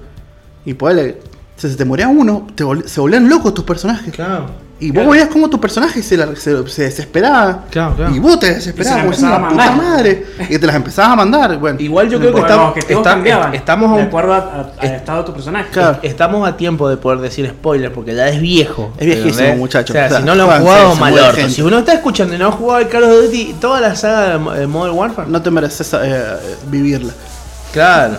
Speaker 2: Y pues, si se te moría uno, te vol- se volvían locos tus personajes.
Speaker 1: Claro.
Speaker 2: Y
Speaker 4: Claro.
Speaker 2: vos veías como tu personaje se, la- se, se desesperaba.
Speaker 1: Claro, claro.
Speaker 2: Y vos te desesperabas,
Speaker 4: Y
Speaker 2: como
Speaker 4: se la
Speaker 2: diciendo, la
Speaker 4: empezaba a
Speaker 2: puta
Speaker 4: mandar".
Speaker 2: madre. Y te las empezabas a mandar. Bueno,
Speaker 1: Igual yo creo que
Speaker 4: Porque
Speaker 1: estamos,
Speaker 4: los objetivos
Speaker 1: está-
Speaker 4: cambiaban
Speaker 1: estamos a
Speaker 4: de
Speaker 1: un-
Speaker 4: acuerdo a- a- al
Speaker 1: es-
Speaker 4: estado de tu personaje.
Speaker 2: Claro.
Speaker 1: Es- Estamos a tiempo de poder decir spoiler porque ya es viejo.
Speaker 2: Es viejísimo,
Speaker 1: ¿entendés?
Speaker 2: muchacho.
Speaker 1: O sea,
Speaker 2: Claro,
Speaker 1: si no lo han
Speaker 2: juegan,
Speaker 1: jugado,
Speaker 2: se- se
Speaker 1: mal
Speaker 2: muere
Speaker 1: orto.
Speaker 2: gente.
Speaker 1: Si uno está escuchando y no ha jugado el Call of Duty, toda la saga de, Mo- de Modern Warfare.
Speaker 2: no te mereces eh, vivirla.
Speaker 1: Claro.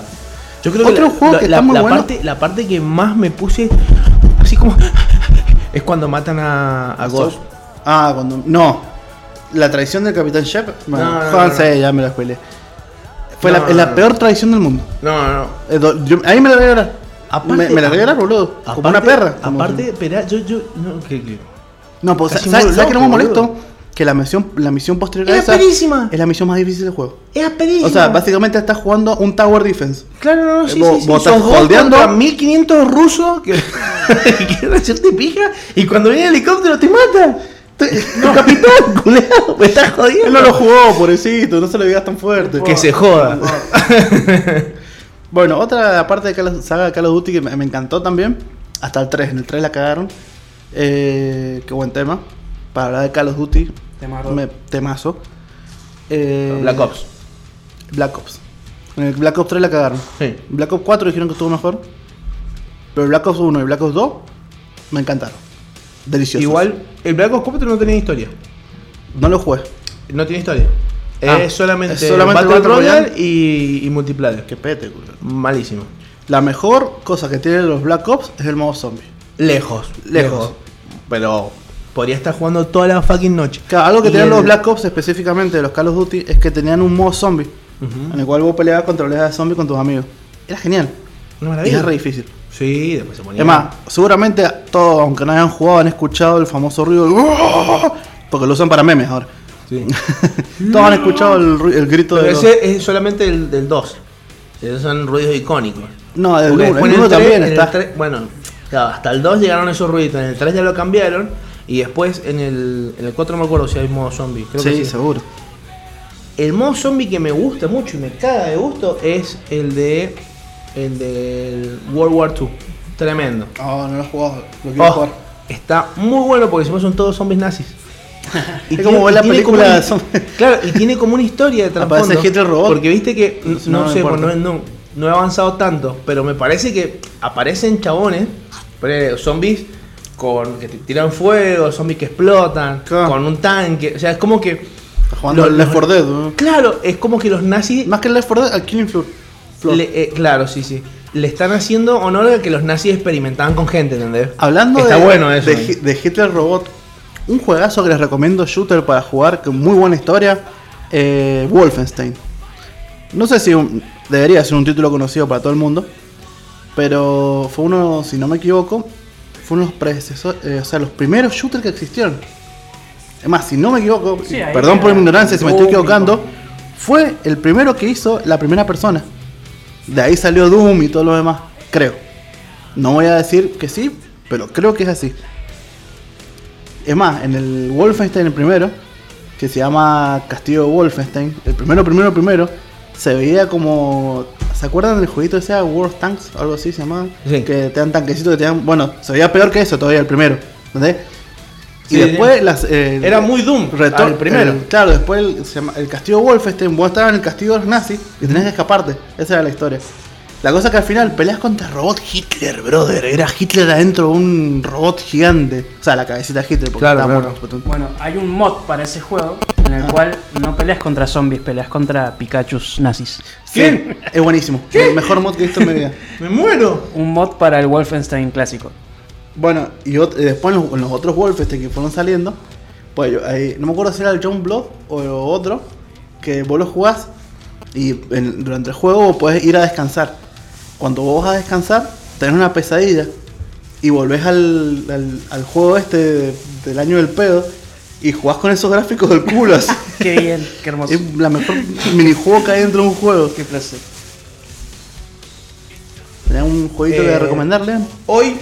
Speaker 1: Yo creo
Speaker 2: Otro
Speaker 1: que la,
Speaker 2: juego
Speaker 1: la-
Speaker 2: que
Speaker 1: la-
Speaker 2: está muy
Speaker 1: la
Speaker 2: bueno-
Speaker 1: parte, la parte que más me puse así como. (laughs) es cuando matan a, a Ghost.
Speaker 2: Ah, cuando. No. La traición del Capitán Shep. Bueno,
Speaker 1: No, no, no,
Speaker 2: jódanse, ya me la spoilé. Fue
Speaker 1: No,
Speaker 2: la,
Speaker 1: no,
Speaker 2: la
Speaker 1: no.
Speaker 2: peor traición del mundo.
Speaker 1: No, no, no.
Speaker 2: Eh, do- yo- ahí me la voy a llorar.
Speaker 1: Aparte-
Speaker 2: me, me la voy a llorar, boludo. como una
Speaker 1: Aparte-
Speaker 2: perra. como-
Speaker 1: Aparte, espera, yo. yo no, que- que-
Speaker 2: No, pues,
Speaker 1: Casi
Speaker 2: ¿sabes,
Speaker 1: un
Speaker 2: ¿sabes que no me
Speaker 1: loco,
Speaker 2: molesto?
Speaker 1: boludo.
Speaker 2: Que la misión, la misión posterior a
Speaker 1: Era
Speaker 2: esa
Speaker 1: perísima.
Speaker 2: es la misión más difícil del juego.
Speaker 1: Es asperísimo.
Speaker 2: O sea, básicamente estás jugando un Tower Defense.
Speaker 1: Claro, no, no, sí,
Speaker 2: Vos-
Speaker 1: sí,
Speaker 2: vos
Speaker 1: sí.
Speaker 2: estás
Speaker 1: Sos vos
Speaker 2: Eh, holdeando-
Speaker 1: contra 1500 rusos que (laughs) que quieren hacerte pija y cuando viene el helicóptero te mata.
Speaker 2: (laughs)
Speaker 1: Te- Tu capitán, (laughs) culeado, me estás jodiendo.
Speaker 2: (laughs) Él no lo jugó, pobrecito, no se lo digas tan fuerte.
Speaker 1: Que se joda. (laughs)
Speaker 2: Bueno, otra parte de Call of- saga de Call of Duty que me, me encantó también, hasta el 3, en el 3 la cagaron. Eh, qué buen tema. Para hablar de Call of Duty,
Speaker 4: Temazo.
Speaker 2: me- temazo. Eh,
Speaker 1: Black Ops.
Speaker 2: Black Ops. En el Black Ops 3 la cagaron.
Speaker 1: Sí.
Speaker 2: Black Ops 4 dijeron que estuvo mejor. Pero Black Ops 1 y Black Ops 2 me encantaron. deliciosos.
Speaker 1: Igual, el Black Ops 4 no tenía historia.
Speaker 2: No lo jugué.
Speaker 1: No tiene historia.
Speaker 2: Ah,
Speaker 1: es solamente,
Speaker 2: es solamente
Speaker 1: Battle,
Speaker 2: el Battle
Speaker 1: Royale,
Speaker 2: Royale.
Speaker 1: y, y multiplayer.
Speaker 2: Qué pete, culo.
Speaker 1: Malísimo.
Speaker 2: La mejor cosa que tienen los Black Ops es el modo zombie.
Speaker 1: Lejos,
Speaker 2: Lejos.
Speaker 1: lejos. Pero podría estar jugando toda la fucking noche.
Speaker 2: Claro, algo
Speaker 1: Y
Speaker 2: que tenían
Speaker 1: el-
Speaker 2: los Black Ops específicamente de los Call of Duty es que tenían un modo zombie.
Speaker 1: Ujú.
Speaker 2: En el cual vos peleabas contra oleadas de zombies con tus amigos. Era genial.
Speaker 1: Una
Speaker 2: Y
Speaker 1: maravilla.
Speaker 2: es re difícil.
Speaker 1: Sí, después se ponía.
Speaker 2: Es más, seguramente todos, aunque no hayan jugado, han escuchado el famoso ruido. de Porque lo usan para memes ahora.
Speaker 1: Sí.
Speaker 2: (laughs) todos han escuchado el, ru- el grito
Speaker 1: Pero
Speaker 2: de. los-
Speaker 1: ese es solamente el del 2. Esos son ruidos icónicos.
Speaker 2: No, el
Speaker 1: Porque
Speaker 2: 1
Speaker 1: después en el tres-
Speaker 2: también
Speaker 1: en el
Speaker 2: está.
Speaker 1: tres- bueno, claro, hasta el 2 llegaron esos ruidos. En el 3 ya lo cambiaron. Y después en el, en el 4 no me acuerdo si hay modo zombie. Creo
Speaker 2: sí,
Speaker 1: que sí.
Speaker 2: seguro.
Speaker 1: El modo zombie que me gusta mucho y me caga de gusto es el de. El del World War II. Tremendo.
Speaker 2: No, no lo he jugado. Lo
Speaker 1: Oh, está muy bueno porque encima son todos zombies
Speaker 2: (laughs)
Speaker 1: nazis.
Speaker 2: Es como ver la película
Speaker 1: como
Speaker 2: de
Speaker 1: una-
Speaker 2: zombies. (laughs)
Speaker 1: Claro, y tiene como una historia de
Speaker 2: Aparece
Speaker 1: trasfondo.
Speaker 2: Hitler robot.
Speaker 1: Porque viste que, n- no,
Speaker 2: No, no
Speaker 1: sé, pues
Speaker 2: importa.
Speaker 1: no, no- no he avanzado tanto, pero me parece que aparecen chabones, pre- zombies con que te tiran fuego, zombies que explotan,
Speaker 2: Claro.
Speaker 1: con un tanque. O sea, es como que...
Speaker 2: Está jugando
Speaker 1: Lo-
Speaker 2: el
Speaker 1: lo-
Speaker 2: Left 4 Dead. ¿no?
Speaker 1: Claro, es como que los nazis
Speaker 2: Más que el Left 4 Dead, al Killing Floor. Floor.
Speaker 1: le- eh, claro, sí, sí. Le están haciendo honor a que los nazis experimentaban con gente, ¿entendés?
Speaker 2: Hablando
Speaker 1: Está
Speaker 2: de,
Speaker 1: bueno eso.
Speaker 2: de,
Speaker 1: ¿eh?
Speaker 2: Hi- de Hitler Robot, un juegazo que les recomiendo shooter para jugar, con muy buena historia, eh, Wolfenstein. No sé si un- debería ser un título conocido para todo el mundo, pero fue uno, si no me equivoco, fue uno de los predecesores, eh, o sea, los primeros shooters que existieron. Es más, si no me equivoco,
Speaker 4: Sí, ahí
Speaker 2: perdón
Speaker 4: era
Speaker 2: por mi ignorancia si me estoy
Speaker 4: Doom y
Speaker 2: equivocando,
Speaker 4: todo.
Speaker 2: fue el primero que hizo la primera persona. De ahí salió Doom y todo lo demás, creo. No voy a decir que sí, pero creo que es así. Es más, en el Wolfenstein, el primero, que se llama Castillo de Wolfenstein, el primero, primero, primero, se veía como. ¿Se acuerdan del jueguito ese World of Tanks? Algo así se llamaba.
Speaker 1: Sí.
Speaker 2: Que te dan tanquecitos que te dan. Bueno, se veía peor que eso todavía, el primero. ¿Entendés? Y
Speaker 1: Sí,
Speaker 2: después
Speaker 1: sí.
Speaker 2: las. eh,
Speaker 1: Era muy Doom,
Speaker 2: Retor-
Speaker 1: al primero.
Speaker 2: el- claro, después el, se llama- el castillo Wolfenstein, vos estabas en el castillo de los nazis y tenías que escaparte. Esa era la historia. La cosa que al final peleas contra el robot Hitler, brother. Era Hitler adentro de un robot gigante. O sea, la cabecita de Hitler, porque
Speaker 1: Claro,
Speaker 2: estaba
Speaker 1: claro.
Speaker 2: muerto. pero-
Speaker 4: Bueno, hay un mod para ese juego en el cual no peleas contra zombies, peleas contra Pikachus nazis.
Speaker 1: ¿Quién?
Speaker 2: Sí, es buenísimo. El mejor mod que he visto en mi vida.
Speaker 1: ¡Me muero!
Speaker 4: Un mod para el Wolfenstein clásico.
Speaker 2: Bueno, y, ot- y después en los, en los otros Wolfenstein que fueron saliendo, pues yo- ahí- no me acuerdo si era el John Blood o otro, que vos lo jugás y en- durante el juego vos podés ir a descansar. Cuando vos vas a descansar, tenés una pesadilla y volvés al, al, al juego este de- del año del pedo y jugás con esos gráficos del
Speaker 1: (laughs)
Speaker 2: culo así.
Speaker 4: Qué (laughs) bien, qué hermoso.
Speaker 2: es la mejor minijuego que hay dentro de un juego.
Speaker 4: Qué placer.
Speaker 2: ¿Tenés un jueguito que
Speaker 1: Eh,
Speaker 2: recomendarle?
Speaker 1: Hoy,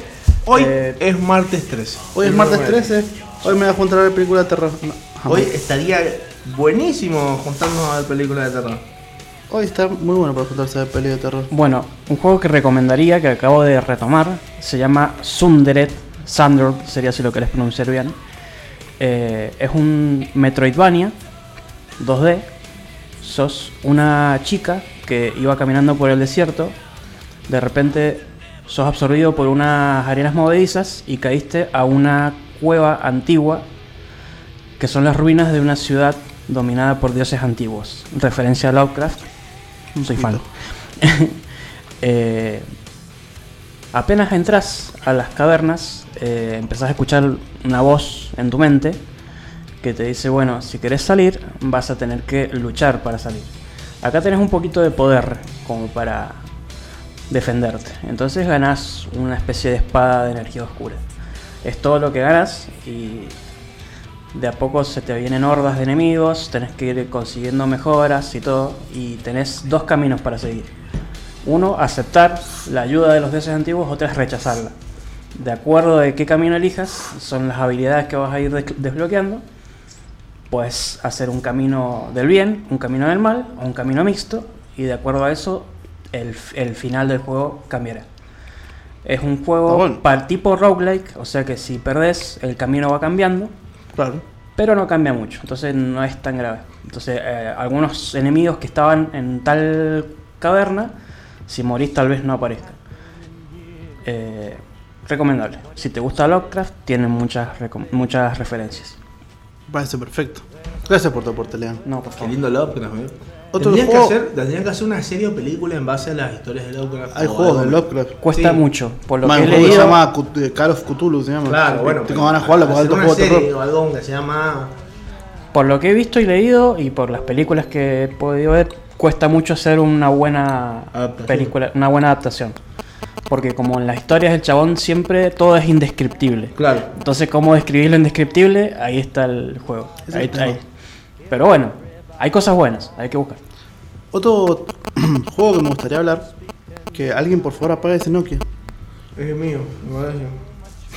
Speaker 1: hoy
Speaker 4: Eh,
Speaker 1: es martes 13.
Speaker 2: Hoy es
Speaker 1: Muy
Speaker 2: martes
Speaker 1: bueno.
Speaker 2: 13, hoy me voy a juntar a ver película de terror. No, jamás.
Speaker 1: Hoy estaría buenísimo juntarnos a ver películas de terror.
Speaker 2: Hoy está muy bueno para juntarse a ver peli de terror.
Speaker 4: Bueno, un juego que recomendaría, que acabo de retomar, se llama Sunderet, Sandor sería si lo querés pronunciar bien. Eh, es un Metroidvania 2D. Sos una chica que iba caminando por el desierto. De repente sos absorbido por unas arenas movedizas y caíste a una cueva antigua que son las ruinas de una ciudad dominada por dioses antiguos. Referencia a Lovecraft. Soy fan. (laughs) Eh, apenas entras a las cavernas, eh, empezás a escuchar una voz en tu mente que te dice, bueno, si querés salir, vas a tener que luchar para salir. Acá tenés un poquito de poder como para defenderte. Entonces ganás una especie de espada de energía oscura. Es todo lo que ganas y de a poco se te vienen hordas de enemigos, tenés que ir consiguiendo mejoras y todo, y tenés dos caminos para seguir. Uno, aceptar la ayuda de los dioses antiguos, otra es rechazarla. De acuerdo de qué camino elijas, son las habilidades que vas a ir des- desbloqueando. Puedes hacer un camino del bien, un camino del mal, o un camino mixto, y de acuerdo a eso, el, f- el final del juego cambiará. Es un juego
Speaker 2: Está bueno.
Speaker 4: para tipo roguelike, o sea que si perdés, el camino va cambiando
Speaker 2: Claro.
Speaker 4: pero no cambia mucho, entonces no es tan grave. Entonces, eh, algunos enemigos que estaban en tal caverna, si morís tal vez no aparezcan. Eh, Recomendable. Si te gusta Lovecraft, tiene muchas, recom- muchas referencias.
Speaker 2: Parece perfecto. Gracias por tu aporte, Lean.
Speaker 4: No, por
Speaker 1: Qué
Speaker 4: favor.
Speaker 1: lindo Lovecraft, amigo.
Speaker 2: Otro
Speaker 1: tendrían,
Speaker 2: juego-
Speaker 1: que hacer, tendrían que hacer una serie o película en base a las historias de Lovecraft.
Speaker 2: Hay
Speaker 1: o
Speaker 2: juegos de
Speaker 1: algo.
Speaker 2: Lovecraft.
Speaker 4: Cuesta
Speaker 1: Sí.
Speaker 4: mucho, por lo
Speaker 2: Man,
Speaker 4: que
Speaker 2: un
Speaker 4: he
Speaker 2: juego que se
Speaker 4: leído.
Speaker 2: llama Cut- eh, Call of Cthulhu, se llama.
Speaker 1: Claro, bueno.
Speaker 2: Tengo ganas de jugarlo porque
Speaker 1: hacer
Speaker 2: alto
Speaker 1: una
Speaker 2: juego de
Speaker 1: serie
Speaker 2: terror.
Speaker 1: o algo que se llama.
Speaker 4: Por lo que he visto y leído y por las películas que he podido ver, cuesta mucho hacer una buena
Speaker 1: Adaptación.
Speaker 4: película, una buena adaptación. Porque como en las historias del chabón siempre todo es indescriptible.
Speaker 1: Claro.
Speaker 4: Entonces, ¿cómo describir lo indescriptible? Ahí está el juego.
Speaker 2: Es el
Speaker 4: Ahí,
Speaker 2: tema.
Speaker 4: ahí. Pero bueno, hay cosas buenas, hay que buscar.
Speaker 2: Otro (clears throat) juego que me gustaría hablar, que alguien por favor apague ese Nokia.
Speaker 1: Es mío, me parece.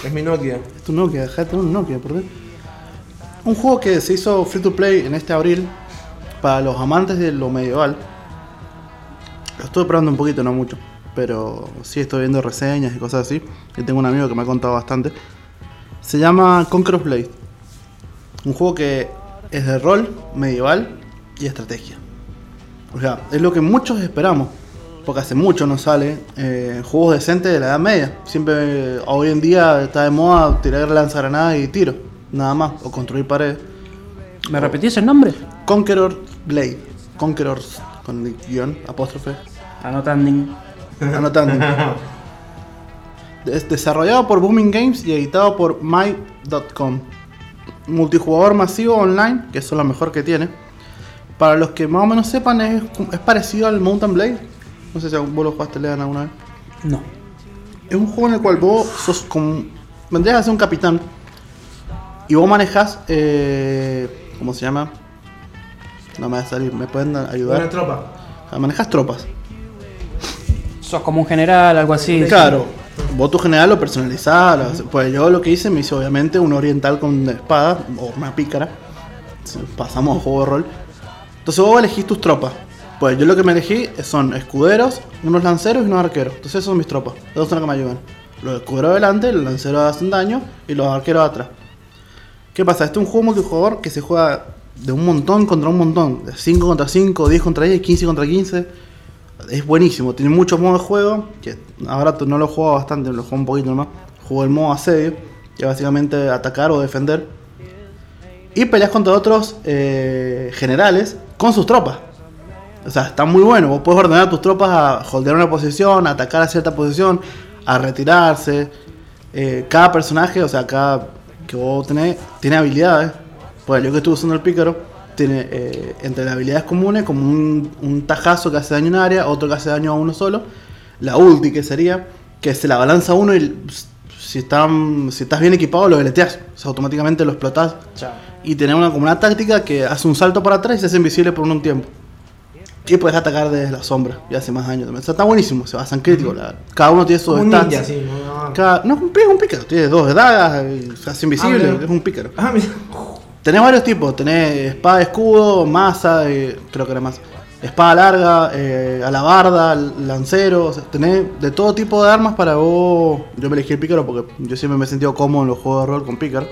Speaker 1: Es mi Nokia.
Speaker 2: Es tu Nokia, dejá de tener un Nokia, por Dios. Un juego que se hizo free to play en este abril para los amantes de lo medieval. Lo estuve probando un poquito, no mucho, pero sí estoy viendo reseñas y cosas así. Y tengo un amigo que me ha contado bastante. Se llama Conqueror's Blade. Un juego que es de rol, medieval y estrategia. O sea, es lo que muchos esperamos. Porque hace mucho no sale eh, juegos decentes de la Edad Media. Siempre, eh, hoy en día está de moda tirar lanzagranadas y tiros. Nada más. O construir paredes.
Speaker 4: ¿Me repetís el nombre?
Speaker 2: Conqueror Blade. Conquerors con guión, apóstrofe.
Speaker 4: Anotanding.
Speaker 2: Anotando. Es desarrollado por Booming Games y editado por My.com. Multijugador masivo online, que eso es lo mejor que tiene. Para los que más o menos sepan, es, es parecido al Mountain Blade. No sé si vos lo jugaste, Lean, alguna vez.
Speaker 4: No.
Speaker 2: Es un juego en el cual vos sos como. Vendrías a ser un capitán. Y vos manejás. eh, ¿Cómo se llama? No me va a salir, ¿me pueden ayudar?
Speaker 1: Una tropa.
Speaker 2: O sea, manejas tropas.
Speaker 4: Sos como un general, algo así.
Speaker 2: Claro, vos tu general lo personalizás. lo haces- Pues yo lo que hice, me hice obviamente un oriental con espada o una pícara. Pasamos a juego de rol. Entonces vos elegís tus tropas. Pues yo lo que me elegí son escuderos, unos lanceros y unos arqueros. Entonces esas son mis tropas. Esas dos son las que me ayudan. Los escuderos adelante, los lanceros hacen daño y los arqueros atrás. ¿Qué pasa? Este es un juego multijugador que se juega de un montón contra un montón. De 5 contra 5, 10 contra 10, 15 contra 15. Es buenísimo, tiene muchos modos de juego. Que ahora no lo he jugado bastante, lo juego un poquito nomás. Juego el modo asedio, que básicamente atacar o defender. Y peleas contra otros eh, generales con sus tropas. O sea, está muy bueno. Vos podés ordenar a tus tropas a holdear una posición, a atacar a cierta posición, a retirarse. Eh, cada personaje, o sea, cada que vos tenés, tiene habilidades. Pues yo que estuve usando el pícaro, tiene eh, entre las habilidades comunes, como un, un tajazo que hace daño a un área, otro que hace daño a uno solo. La ulti, que sería, que se la balanza a uno y pss, si, están, si estás bien equipado lo deleteas. O sea, automáticamente lo explotás.
Speaker 4: Chao.
Speaker 2: Y tenés una, como una táctica que hace un salto para atrás y se hace invisible por un tiempo. Y puedes atacar desde la sombra y hace más daño también. O sea, está buenísimo, se basan críticos. la- cada uno tiene sus
Speaker 1: Un
Speaker 2: stats.
Speaker 1: ninja, sí. no, no.
Speaker 2: Cada- no, es un pi- es un pícaro, tiene dos dagas, y se hace invisible,
Speaker 1: Ah, mira.
Speaker 2: es un pícaro.
Speaker 1: Ah, mira.
Speaker 2: Tenés varios tipos, tenés espada, escudo, masa, eh, creo que era masa. Espada larga, eh, alabarda, lancero, o sea, tenés de todo tipo de armas para vos. Yo me elegí el pícaro porque yo siempre me he sentido cómodo en los juegos de rol con pícaro.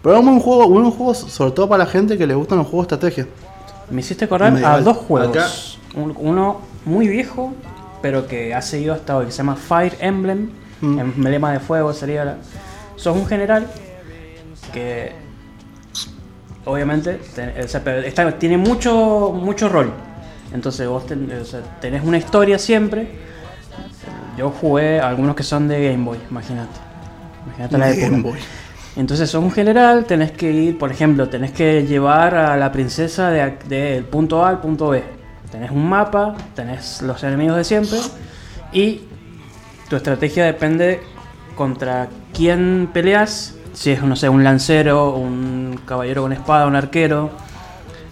Speaker 2: Pero es un buen juego, un buen juego sobre todo para la gente que le gustan los juegos de estrategia.
Speaker 4: Me hiciste acordar a
Speaker 2: Medieval.
Speaker 4: dos juegos. Un- Uno muy viejo, pero que ha seguido hasta hoy, que se llama Fire Emblem,
Speaker 2: Mm.
Speaker 4: emblema de fuego sería. la- Sos un general que obviamente ten- o sea, pero está- tiene mucho, mucho rol. Entonces vos ten- o sea, tenés una historia siempre. Yo jugué a algunos que son de Game Boy, imagínate. Imagínate la
Speaker 2: De
Speaker 4: época.
Speaker 2: Game Boy.
Speaker 4: Entonces sos un general, tenés que ir, por ejemplo, tenés que llevar a la princesa de ac- del punto A al punto B. Tenés un mapa, tenés los enemigos de siempre y tu estrategia depende contra quién peleas. Si es, no sé, un lancero, un caballero con espada, un arquero.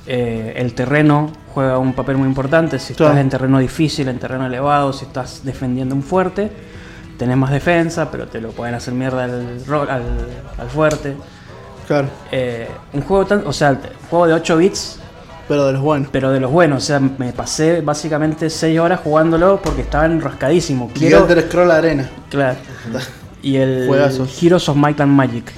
Speaker 4: Eh, el terreno juega un papel muy importante. Si
Speaker 2: Claro.
Speaker 4: estás en terreno difícil, en terreno elevado, si estás defendiendo un fuerte, tenés más defensa, pero te lo pueden hacer mierda al, ro- al, al fuerte.
Speaker 2: Claro,
Speaker 4: Eh, un juego tan, o sea, un juego de 8 bits,
Speaker 2: pero de los buenos.
Speaker 4: pero de los buenos. O sea, me pasé básicamente 6 horas jugándolo porque estaba enrascadísimo.
Speaker 2: Quiero...
Speaker 4: Quiero,
Speaker 2: Elder (laughs) Scroll Arena.
Speaker 4: Claro. Y el
Speaker 2: Juegazo.
Speaker 4: Heroes of Might and Magic.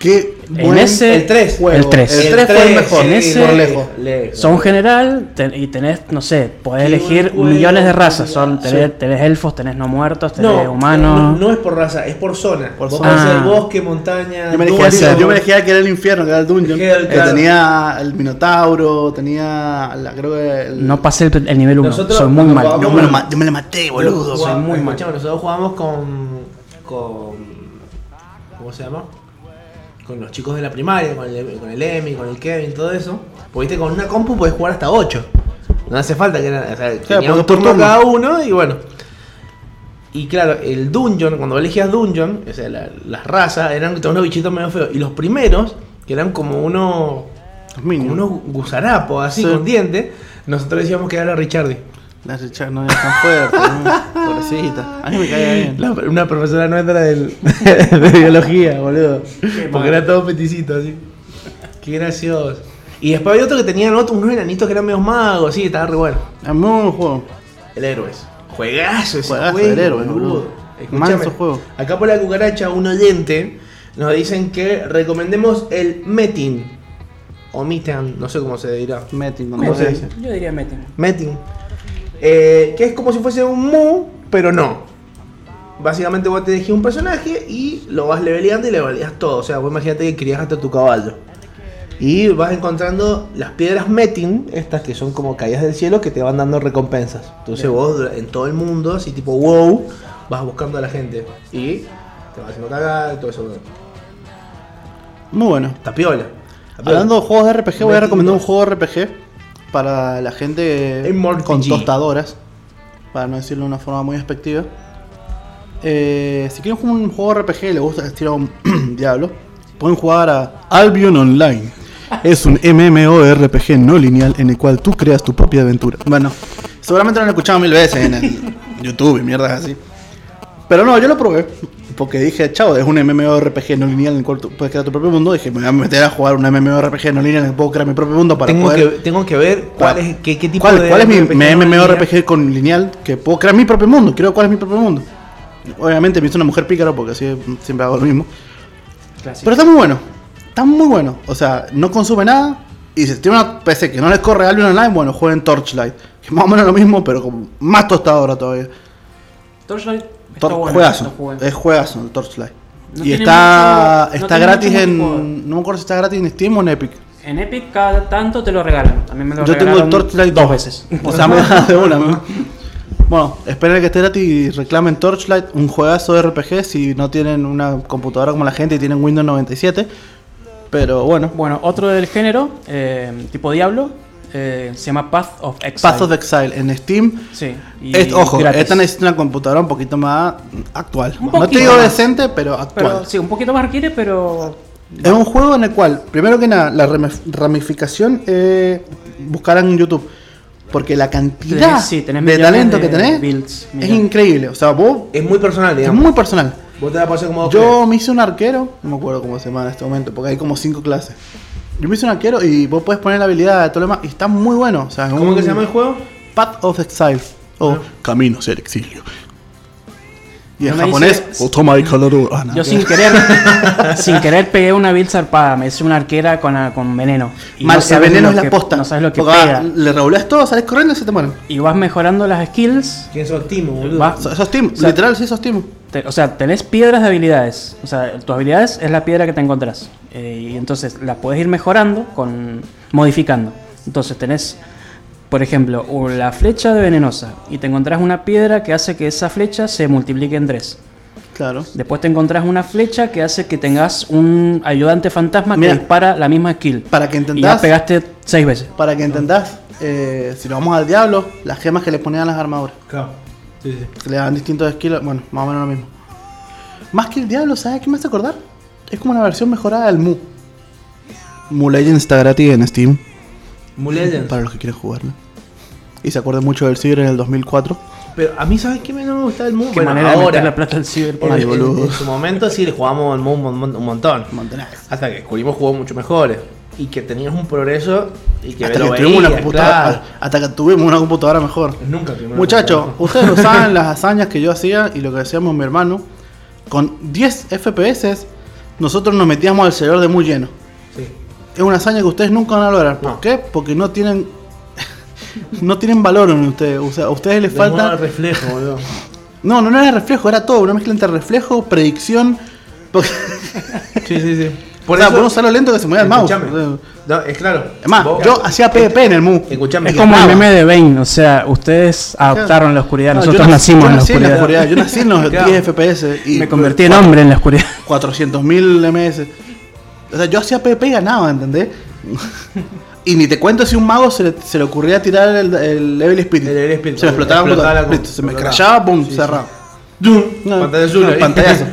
Speaker 2: Qué
Speaker 4: En ese
Speaker 5: el 3
Speaker 2: juego.
Speaker 4: el tres.
Speaker 2: El 3 fue el mejor.
Speaker 4: en
Speaker 5: sí,
Speaker 4: ese-
Speaker 5: por lejos.
Speaker 4: Son general ten- y tenés, no sé, podés
Speaker 1: Qué
Speaker 4: elegir
Speaker 1: buen juego,
Speaker 4: millones de razas. Son,
Speaker 1: sí.
Speaker 4: tenés, tenés elfos, tenés no muertos, tenés
Speaker 1: No, no,
Speaker 4: humanos.
Speaker 1: no es por raza, es por zona.
Speaker 2: Por
Speaker 1: Vos
Speaker 2: zona.
Speaker 1: podés hacer
Speaker 4: Ah.
Speaker 1: bosque, montaña,
Speaker 2: Yo me elegí
Speaker 1: duna,
Speaker 2: al- yo me elegí al que era el infierno, que era el dungeon.
Speaker 1: Que era el-
Speaker 2: que
Speaker 1: claro.
Speaker 2: tenía el minotauro, tenía. La, creo que. el-
Speaker 4: No pasé el, el nivel 1,
Speaker 1: Nosotros
Speaker 4: soy muy
Speaker 1: nos
Speaker 4: mal.
Speaker 2: Yo me, lo ma- yo me la maté, boludo.
Speaker 1: Jugamos-
Speaker 4: Soy muy mal.
Speaker 1: escuchame, nosotros jugamos con, con. ¿Cómo se llama? Con los chicos de la primaria, con el, con el Emi, con el Kevin, todo eso. Porque viste, con una compu podés jugar hasta 8. No hace falta que era. O sea, tenía
Speaker 2: porque
Speaker 1: un
Speaker 2: por
Speaker 1: turno
Speaker 2: turno.
Speaker 1: cada uno y bueno. Y claro, el dungeon, cuando elegías dungeon, o sea, la- las razas eran todos unos bichitos medio feos. Y los primeros, que eran como unos.
Speaker 2: Los
Speaker 1: como
Speaker 2: minions.
Speaker 1: unos gusarapos así
Speaker 2: Sí.
Speaker 1: con dientes, nosotros decíamos que era Richardi.
Speaker 2: La Richard no era tan fuerte,
Speaker 1: (laughs)
Speaker 2: ¿no? pobrecita. A mí me caía bien.
Speaker 1: La- una profesora nuestra del- (laughs) de biología, boludo. Porque era todo peticito, así. Qué gracioso. Y después había otro que tenían otros, unos enanitos que eran medios magos, sí, estaba re bueno.
Speaker 2: Es muy buen juego.
Speaker 1: El Héroes. Juegazo ese
Speaker 2: Juegazo
Speaker 1: juego,
Speaker 2: del Héroes, boludo.
Speaker 1: Escuchame,
Speaker 2: Manso juego.
Speaker 1: Acá por la cucaracha, un oyente nos dicen que recomendemos el Metin. O Mitan, no sé cómo se dirá.
Speaker 2: Metin,
Speaker 1: ¿Cómo se dice?
Speaker 4: Yo diría Metin.
Speaker 1: Metin. Eh, que es como si fuese un Mu, pero no. Básicamente vos te elegís un personaje y lo vas leveleando y leveleas todo. O sea, vos imagínate que querías hasta tu caballo. Y vas encontrando las piedras Metin, estas que son como caídas del cielo, que te van dando recompensas. Entonces vos en todo el mundo, así tipo wow, vas buscando a la gente. Y te vas haciendo cagar y todo eso.
Speaker 2: Muy bueno.
Speaker 1: Está piola. Está piola.
Speaker 2: Hablando de juegos de RPG, voy a
Speaker 1: Metin
Speaker 2: recomendar un
Speaker 1: dos.
Speaker 2: juego RPG para la gente
Speaker 1: MRPG.
Speaker 2: con tostadoras, para no decirlo de una forma muy despectiva. Eh, si quieren jugar un juego RPG y les gusta el estilo (clears throat) Diablo, pueden jugar a Albion Online. Es un MMORPG no lineal en el cual tú creas tu propia aventura. Bueno, seguramente lo han escuchado mil veces
Speaker 1: (laughs)
Speaker 2: en el YouTube y mierdas así. Pero no, yo lo probé. Porque dije, chao, es un MMORPG no lineal en el cual tú puedes crear tu propio mundo. Dije, me voy a meter a jugar un MMORPG no lineal en el que puedo crear mi propio mundo para
Speaker 1: tengo,
Speaker 2: poder.
Speaker 1: que, tengo que ver cuál es, qué, qué tipo
Speaker 2: ¿Cuál,
Speaker 1: de.
Speaker 2: cuál es mi,
Speaker 1: RPG
Speaker 2: mi
Speaker 1: no tenía.
Speaker 2: MMORPG con lineal? Que puedo crear mi propio mundo. Quiero ver cuál es mi propio mundo. Obviamente me hizo una mujer pícara porque así siempre hago lo mismo. Pero está muy bueno. Está muy bueno. O sea, no consume nada. Y si tiene una PC que no les corre Albion Online, bueno, jueguen Torchlight. Que es más o menos lo mismo, pero con más tostadora todavía.
Speaker 4: Torchlight está
Speaker 2: Tor-
Speaker 4: bueno.
Speaker 2: juegazo.
Speaker 4: está bueno.
Speaker 2: Es juegazo el Torchlight.
Speaker 4: No
Speaker 2: y
Speaker 4: tiene
Speaker 2: está,
Speaker 4: mucho- no
Speaker 2: está
Speaker 4: tiene
Speaker 2: gratis
Speaker 4: mucho
Speaker 2: en.
Speaker 4: multijugador.
Speaker 2: No me acuerdo si está gratis en Steam o en Epic.
Speaker 4: En Epic cada tanto te lo regalan. A mí me lo
Speaker 2: Yo tengo el
Speaker 4: regalaron
Speaker 2: Torchlight
Speaker 4: dos (laughs) veces.
Speaker 2: O sea, me da (laughs) de una. me- Bueno, esperen a que esté gratis y reclamen Torchlight, un juegazo de RPG si no tienen una computadora como la gente y tienen Windows 97. Pero bueno,
Speaker 4: Bueno, otro del género, eh, tipo Diablo, eh, se llama Path of Exile.
Speaker 2: Path of Exile en Steam.
Speaker 4: Sí. y
Speaker 2: Es- ojo,
Speaker 4: gratis.
Speaker 2: esta necesita una computadora un poquito más actual.
Speaker 4: Un
Speaker 2: No te
Speaker 4: poquito
Speaker 2: digo
Speaker 4: más.
Speaker 2: decente, pero actual.
Speaker 4: Pero, sí, un poquito más requiere, pero
Speaker 2: Es un juego en el cual, primero que nada, la rame- ramificación eh, buscarán en YouTube. Porque la cantidad
Speaker 4: Tenés- sí, tenés
Speaker 2: de
Speaker 4: millones
Speaker 2: talento
Speaker 4: de
Speaker 2: que tenés
Speaker 4: builds,
Speaker 2: es
Speaker 4: millones.
Speaker 2: increíble. O sea, vos
Speaker 1: Es muy personal,
Speaker 2: es
Speaker 1: digamos.
Speaker 2: muy personal.
Speaker 1: Vos te la pasas como vos
Speaker 2: Yo me hice un arquero, no me acuerdo cómo se llama en este momento, porque hay como cinco clases. Yo me hice un arquero y vos podés poner la habilidad de todo lo demás. Y está muy bueno. O sea, es
Speaker 1: ¿Cómo
Speaker 2: un
Speaker 1: que se llama el juego? Ah.
Speaker 2: Path of Exile. O Caminos del Exilio. Y en
Speaker 4: Yo me
Speaker 2: japonés,
Speaker 4: hice-
Speaker 2: Otomai Kararu Ana.
Speaker 4: yo sin
Speaker 2: (laughs)
Speaker 4: querer, sin querer pegué una build zarpada. Me hice una arquera con, a- con veneno. Y
Speaker 2: Mal,
Speaker 4: no
Speaker 2: el
Speaker 4: sabes
Speaker 2: veneno
Speaker 4: lo
Speaker 2: es la
Speaker 4: que-
Speaker 2: posta.
Speaker 4: No sabes lo que
Speaker 2: Porque, ah,
Speaker 4: pega.
Speaker 2: Le regulás todo, sales corriendo y se te mueren.
Speaker 4: Y vas mejorando las skills.
Speaker 1: ¿Quién sos Timo, boludo?
Speaker 4: Vas,
Speaker 2: So- Sos team,
Speaker 4: O sea,
Speaker 2: literal, sí sos team.
Speaker 4: Te- o sea, tenés piedras de habilidades. O sea, tus habilidades es la piedra que te encontrás. Eh, y entonces las podés ir mejorando, con modificando. Entonces tenés, por ejemplo, o la flecha de venenosa. Y te encontrás una piedra que hace que esa flecha se multiplique en tres.
Speaker 2: Claro.
Speaker 4: Después te encontrás una flecha que hace que tengas un ayudante fantasma
Speaker 2: Mira.
Speaker 4: que dispara la misma skill.
Speaker 2: Para que
Speaker 4: y la
Speaker 2: entendás,
Speaker 4: pegaste seis veces.
Speaker 2: para que entendás, eh, si nos vamos al diablo, las gemas que le ponían a las armaduras.
Speaker 1: Claro. Sí, sí.
Speaker 2: Que le dan distintos skills, bueno, más o menos lo mismo. Más que el diablo, ¿sabes qué me hace acordar? Es como una versión mejorada del Mu. Mu Legends está gratis en Steam,
Speaker 1: Mu Legends.
Speaker 2: para los que quieren jugarlo. Y se acuerdan mucho del Cyber en el 2004.
Speaker 1: Pero a mí, ¿sabes qué? Me- No me gustaba el Moon.
Speaker 4: Qué
Speaker 1: Bueno,
Speaker 4: manera de
Speaker 1: ahora,
Speaker 4: meter la plata al ciber.
Speaker 1: en,
Speaker 4: por
Speaker 2: Ay,
Speaker 1: en-
Speaker 2: boludo.
Speaker 1: en su momento sí le jugábamos al Moon un, mon- un montón.
Speaker 2: Montonazo.
Speaker 1: Hasta que descubrimos juegos mucho mejores. Y que tenías un progreso y que
Speaker 2: Hasta
Speaker 1: lo
Speaker 2: que, tuvimos una
Speaker 1: veías,
Speaker 2: computadora,
Speaker 1: claro.
Speaker 2: hasta que tuvimos una computadora mejor.
Speaker 1: Nunca tuvimos una
Speaker 2: Muchachos,
Speaker 1: computadora. (laughs)
Speaker 2: ustedes no saben las hazañas que yo hacía y lo que hacíamos mi hermano. Con 10 FPS nosotros nos metíamos al servidor de muy lleno.
Speaker 1: Sí.
Speaker 2: Es una hazaña que ustedes nunca van a lograr. ¿Por
Speaker 1: No.
Speaker 2: qué? Porque no tienen. (laughs) no tienen valor en ustedes. O sea, a ustedes les
Speaker 1: Demora
Speaker 2: falta.
Speaker 1: el reflejo, boludo.
Speaker 2: No, no, no era reflejo, era todo. Una mezcla entre reflejo, predicción. Porque... (laughs)
Speaker 1: Sí, sí, sí.
Speaker 2: Por o sea, podemos usarlo lento que se mueva el mouse. Eh,
Speaker 1: Escuchame. No, es claro.
Speaker 2: Es más,
Speaker 1: Vos-
Speaker 2: yo hacía PvP en el MU.
Speaker 1: Escuchame,
Speaker 4: Es
Speaker 1: que-
Speaker 4: como el
Speaker 2: estaba.
Speaker 4: meme de Bane, o sea, ustedes adoptaron la oscuridad,
Speaker 2: No, Ah, yo
Speaker 4: nosotros
Speaker 2: nací-
Speaker 4: nacimos
Speaker 2: yo
Speaker 4: en la
Speaker 2: nací
Speaker 4: oscuridad.
Speaker 2: Yo nací en los
Speaker 1: (laughs) Claro.
Speaker 2: 10 FPS. Y
Speaker 4: Me convertí en hombre en la oscuridad.
Speaker 2: 400.000 MS. O sea, yo hacía PP y
Speaker 1: (laughs)
Speaker 2: ganaba, ¿entendés? y ni te cuento si un mago se le, se le ocurría tirar el, el Level Spirit.
Speaker 1: El Level Spirit,
Speaker 2: se me explotaba, un
Speaker 1: explotaba
Speaker 2: botón,
Speaker 1: la com-
Speaker 2: listo, Se me
Speaker 1: explotaba.
Speaker 2: crashaba, boom,
Speaker 1: Sí, sí.
Speaker 2: cerrado.
Speaker 1: No, pantalla azul,
Speaker 2: no,
Speaker 1: ahí. (laughs)
Speaker 2: pantallazo.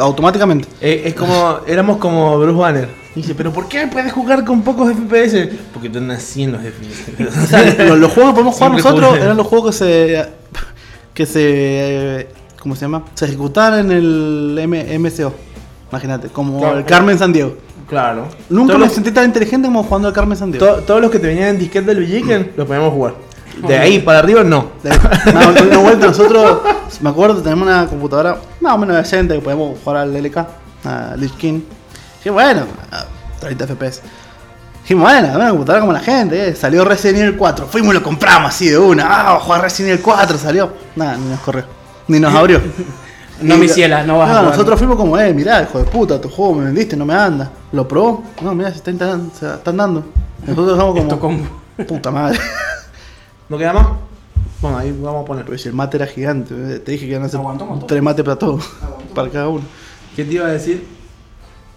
Speaker 2: Automáticamente.
Speaker 1: Eh, es como, éramos como Bruce Banner. Y dice, pero ¿por qué puedes jugar con pocos FPS? Porque tú nací en los (laughs)
Speaker 2: (laughs) O
Speaker 1: FPS.
Speaker 2: sea, los, los juegos que podemos jugar
Speaker 1: Siempre
Speaker 2: nosotros
Speaker 1: jugué.
Speaker 2: eran los juegos que se. que se. eh, ¿Cómo se llama? Se ejecutaban en el M- MCO. Imagínate, como
Speaker 1: Claro.
Speaker 2: el Carmen Sandiego.
Speaker 1: claro.
Speaker 2: Nunca
Speaker 1: Todos
Speaker 2: me
Speaker 1: los-
Speaker 2: sentí tan inteligente como jugando al Carmen Sandiego.
Speaker 1: to- todos los que te venían en disquete del
Speaker 2: Mm.
Speaker 1: Villiquen, los podíamos jugar. De ahí para arriba, no.
Speaker 2: De- no, no, no, vuelta, nosotros, me acuerdo, tenemos una computadora más o menos decente que podemos jugar al LK, a Lich King. Dije, bueno, a 30 FPS. Dijimos, bueno, una computadora como la gente, eh. salió Resident Evil 4. Fuimos y lo compramos así de una. Ah, vamos a jugar Resident Evil 4, salió. Nada, ni nos corrió. Ni nos abrió.
Speaker 4: (laughs) No,
Speaker 2: Ni-
Speaker 4: mi ciela, no vas a jugar.
Speaker 2: nosotros fuimos como, eh, mirá, hijo de puta, tu juego me vendiste, no me anda. Lo probó. No, mirá, se están, dan- se están dando. Nosotros somos como.
Speaker 4: Esto combo.
Speaker 2: Puta
Speaker 4: (laughs)
Speaker 2: madre.
Speaker 1: ¿No queda más? Bueno, ahí vamos a poner.
Speaker 2: Pero si el mate era gigante, eh, te dije que iban a hacer
Speaker 4: Aguantamos todo.
Speaker 2: tres mates para todos, para cada uno.
Speaker 1: ¿Qué te iba a decir?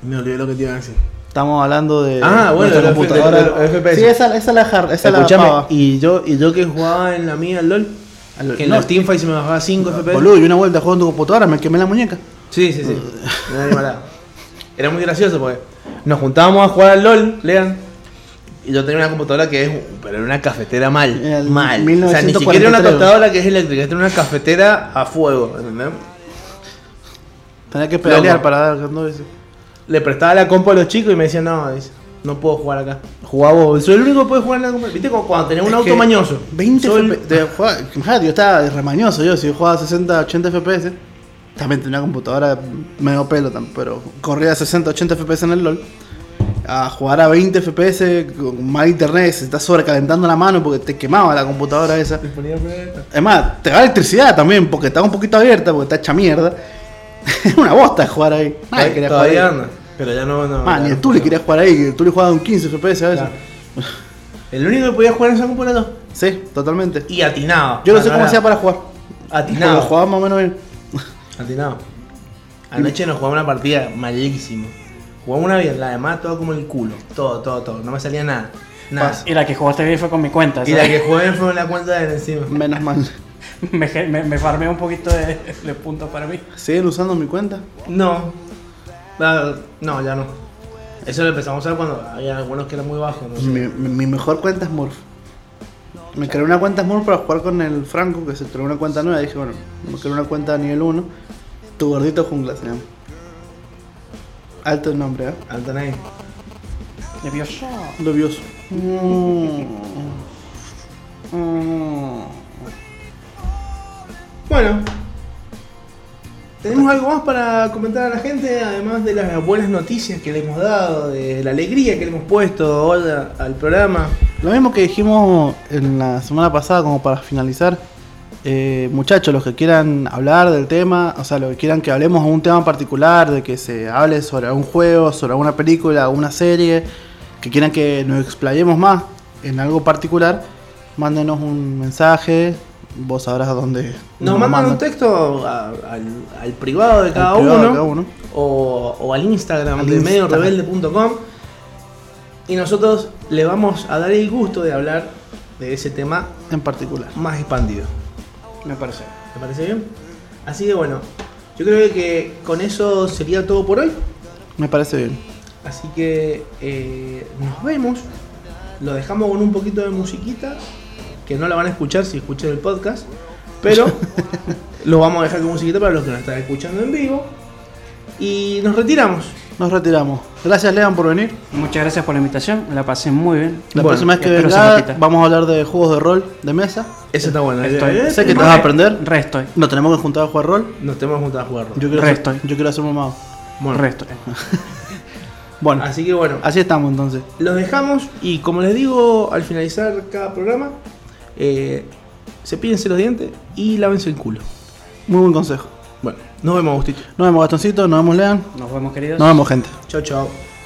Speaker 1: Me olvidé lo que te iba a decir.
Speaker 2: Estamos hablando de
Speaker 1: Ah, bueno,
Speaker 2: nuestra
Speaker 1: de los de los FPS.
Speaker 2: Sí, esa, esa la jar- esa la
Speaker 1: Escuchame,
Speaker 2: pava.
Speaker 1: y yo, y yo que jugaba en la mía al LOL,
Speaker 2: Al LOL.
Speaker 1: que en
Speaker 2: No.
Speaker 1: los teamfights se me bajaba 5 FPS.
Speaker 2: Boludo, y una vuelta jugando con computadora, me quemé la muñeca.
Speaker 1: Sí, sí, sí.
Speaker 2: (laughs)
Speaker 1: Una animalada. Era muy gracioso porque nos juntábamos a jugar al LOL, lean. Y yo tenía una computadora que es. Pero era una cafetera mal.
Speaker 2: Era el
Speaker 1: mal. O sea, ni siquiera era una
Speaker 2: 1943.
Speaker 1: tostadora que es eléctrica, era una cafetera a fuego, ¿entendés?
Speaker 2: Tenía que pedalear
Speaker 1: Loco.
Speaker 2: para dar dos veces.
Speaker 1: Le prestaba la compa a los chicos y me decían, no, dice, no puedo jugar acá. Jugá vos. Soy el único que puede jugar en la compa. ¿Viste como cuando tenés un
Speaker 2: Es
Speaker 1: auto
Speaker 2: que
Speaker 1: mañoso?
Speaker 2: 20
Speaker 1: Soy-
Speaker 2: FPS. te jugaba- Imagínate, yo estaba remañoso yo, si yo jugaba 60, 80 FPS. También tenía una computadora medio pelo, tam- pero corría a 60, 80 FPS en el LOL. A jugar a 20 FPS con mal internet, se está sobrecalentando la mano porque te quemaba la computadora esa. Es más, te da electricidad también porque está un poquito abierta, porque está hecha mierda. (laughs) Es una bosta jugar ahí. Nadie quería jugar ahí.
Speaker 1: Todavía anda, Pero ya no. no
Speaker 2: Más,
Speaker 1: ya
Speaker 2: ni
Speaker 1: no
Speaker 2: el Tuli
Speaker 1: funciona.
Speaker 2: quería jugar ahí, que el Tuli jugaba un 15 FPS a veces.
Speaker 1: Claro. El único que podía jugar en esa compa era yo.
Speaker 2: Sí, totalmente.
Speaker 1: Y atinado.
Speaker 2: Yo no sé
Speaker 1: Ah,
Speaker 2: cómo
Speaker 1: era-
Speaker 2: hacía para jugar.
Speaker 1: Ah,
Speaker 2: Porque
Speaker 1: Atinado.
Speaker 2: jugaba más o menos bien.
Speaker 1: Atinado. Anoche nos jugamos una partida malísima. Jugamos una bien, la demás todo como el culo. Todo, todo, todo. No me salía nada. Nada.
Speaker 4: Y la que jugaste bien fue con mi cuenta.
Speaker 1: Y la que jugué fue una cuenta de encima.
Speaker 2: Menos mal.
Speaker 4: (laughs) me, ge- me, me farmeé un poquito de, de puntos para mí.
Speaker 2: ¿Siguen usando mi cuenta?
Speaker 1: No. Ah, No, ya no. Eso lo empezamos a usar cuando había algunos que eran muy bajos. no sé.
Speaker 2: Mi, mi- mi mejor cuenta es Smurf. Me creé una cuenta Smurf para jugar con el Franco, que se creó una cuenta nueva. Dije, bueno, me creé una cuenta a nivel 1. Tu gordito jungla se llama. Alto el nombre, ¿eh?
Speaker 1: Antonai.
Speaker 4: Nervioso.
Speaker 2: Lobioso.
Speaker 1: Bueno. Tenemos algo más para comentar a la gente, además de las buenas noticias que le hemos dado, de la alegría que le hemos puesto hoy a- al programa.
Speaker 2: Lo mismo que dijimos en la semana pasada, como para finalizar. Eh, muchachos, los que quieran hablar del tema, o sea, los que quieran que hablemos de un tema en particular, de que se hable sobre algún juego, sobre alguna película, alguna serie, que quieran que nos explayemos más en algo particular, mándenos un mensaje, vos sabrás a dónde.
Speaker 1: Nos mandan un texto a- al, al privado de cada,
Speaker 2: privado de
Speaker 1: uno,
Speaker 2: cada uno.
Speaker 1: O, o al Instagram
Speaker 2: Al
Speaker 1: de
Speaker 2: Instagram.
Speaker 1: mediorebelde.com y nosotros le vamos a dar el gusto de hablar de ese tema
Speaker 2: En particular.
Speaker 1: más expandido.
Speaker 4: Me parece.
Speaker 1: ¿Te parece bien? Así que bueno, yo creo que con eso sería todo por hoy.
Speaker 2: Me parece bien.
Speaker 1: Así que eh, nos vemos. Lo dejamos con un poquito de musiquita, que no la van a escuchar si escuchan el podcast, (laughs) pero lo vamos a dejar con musiquita para los que nos están escuchando en vivo. Y nos retiramos.
Speaker 2: Nos retiramos. Gracias, Lean, por venir.
Speaker 4: Muchas gracias por la invitación, me la pasé muy bien.
Speaker 2: La
Speaker 1: Bueno,
Speaker 2: próxima vez que
Speaker 4: espero se
Speaker 2: venga,
Speaker 4: repita.
Speaker 2: vamos a hablar de juegos de rol de mesa.
Speaker 1: Eso está bueno.
Speaker 4: Estoy-
Speaker 1: Eh,
Speaker 2: Sé que te
Speaker 1: eh,
Speaker 2: vas a aprender.
Speaker 4: Resto.
Speaker 2: Nos tenemos que juntar a jugar rol.
Speaker 1: Nos tenemos juntos a jugar.
Speaker 2: Yo quiero,
Speaker 4: Resto.
Speaker 2: ser, yo quiero hacer un mago.
Speaker 1: Bueno.
Speaker 4: Restaurant.
Speaker 2: Bueno, así,
Speaker 1: Así que bueno,
Speaker 2: estamos entonces.
Speaker 1: los dejamos y como les digo al finalizar cada programa, eh, cepíllense los dientes y lávense el culo.
Speaker 2: Muy buen consejo.
Speaker 1: Bueno, nos vemos, Agustito.
Speaker 2: Nos vemos Gastoncito, nos vemos Lean,
Speaker 4: Nos vemos, queridos.
Speaker 2: nos vemos gente.
Speaker 1: Chao, chao.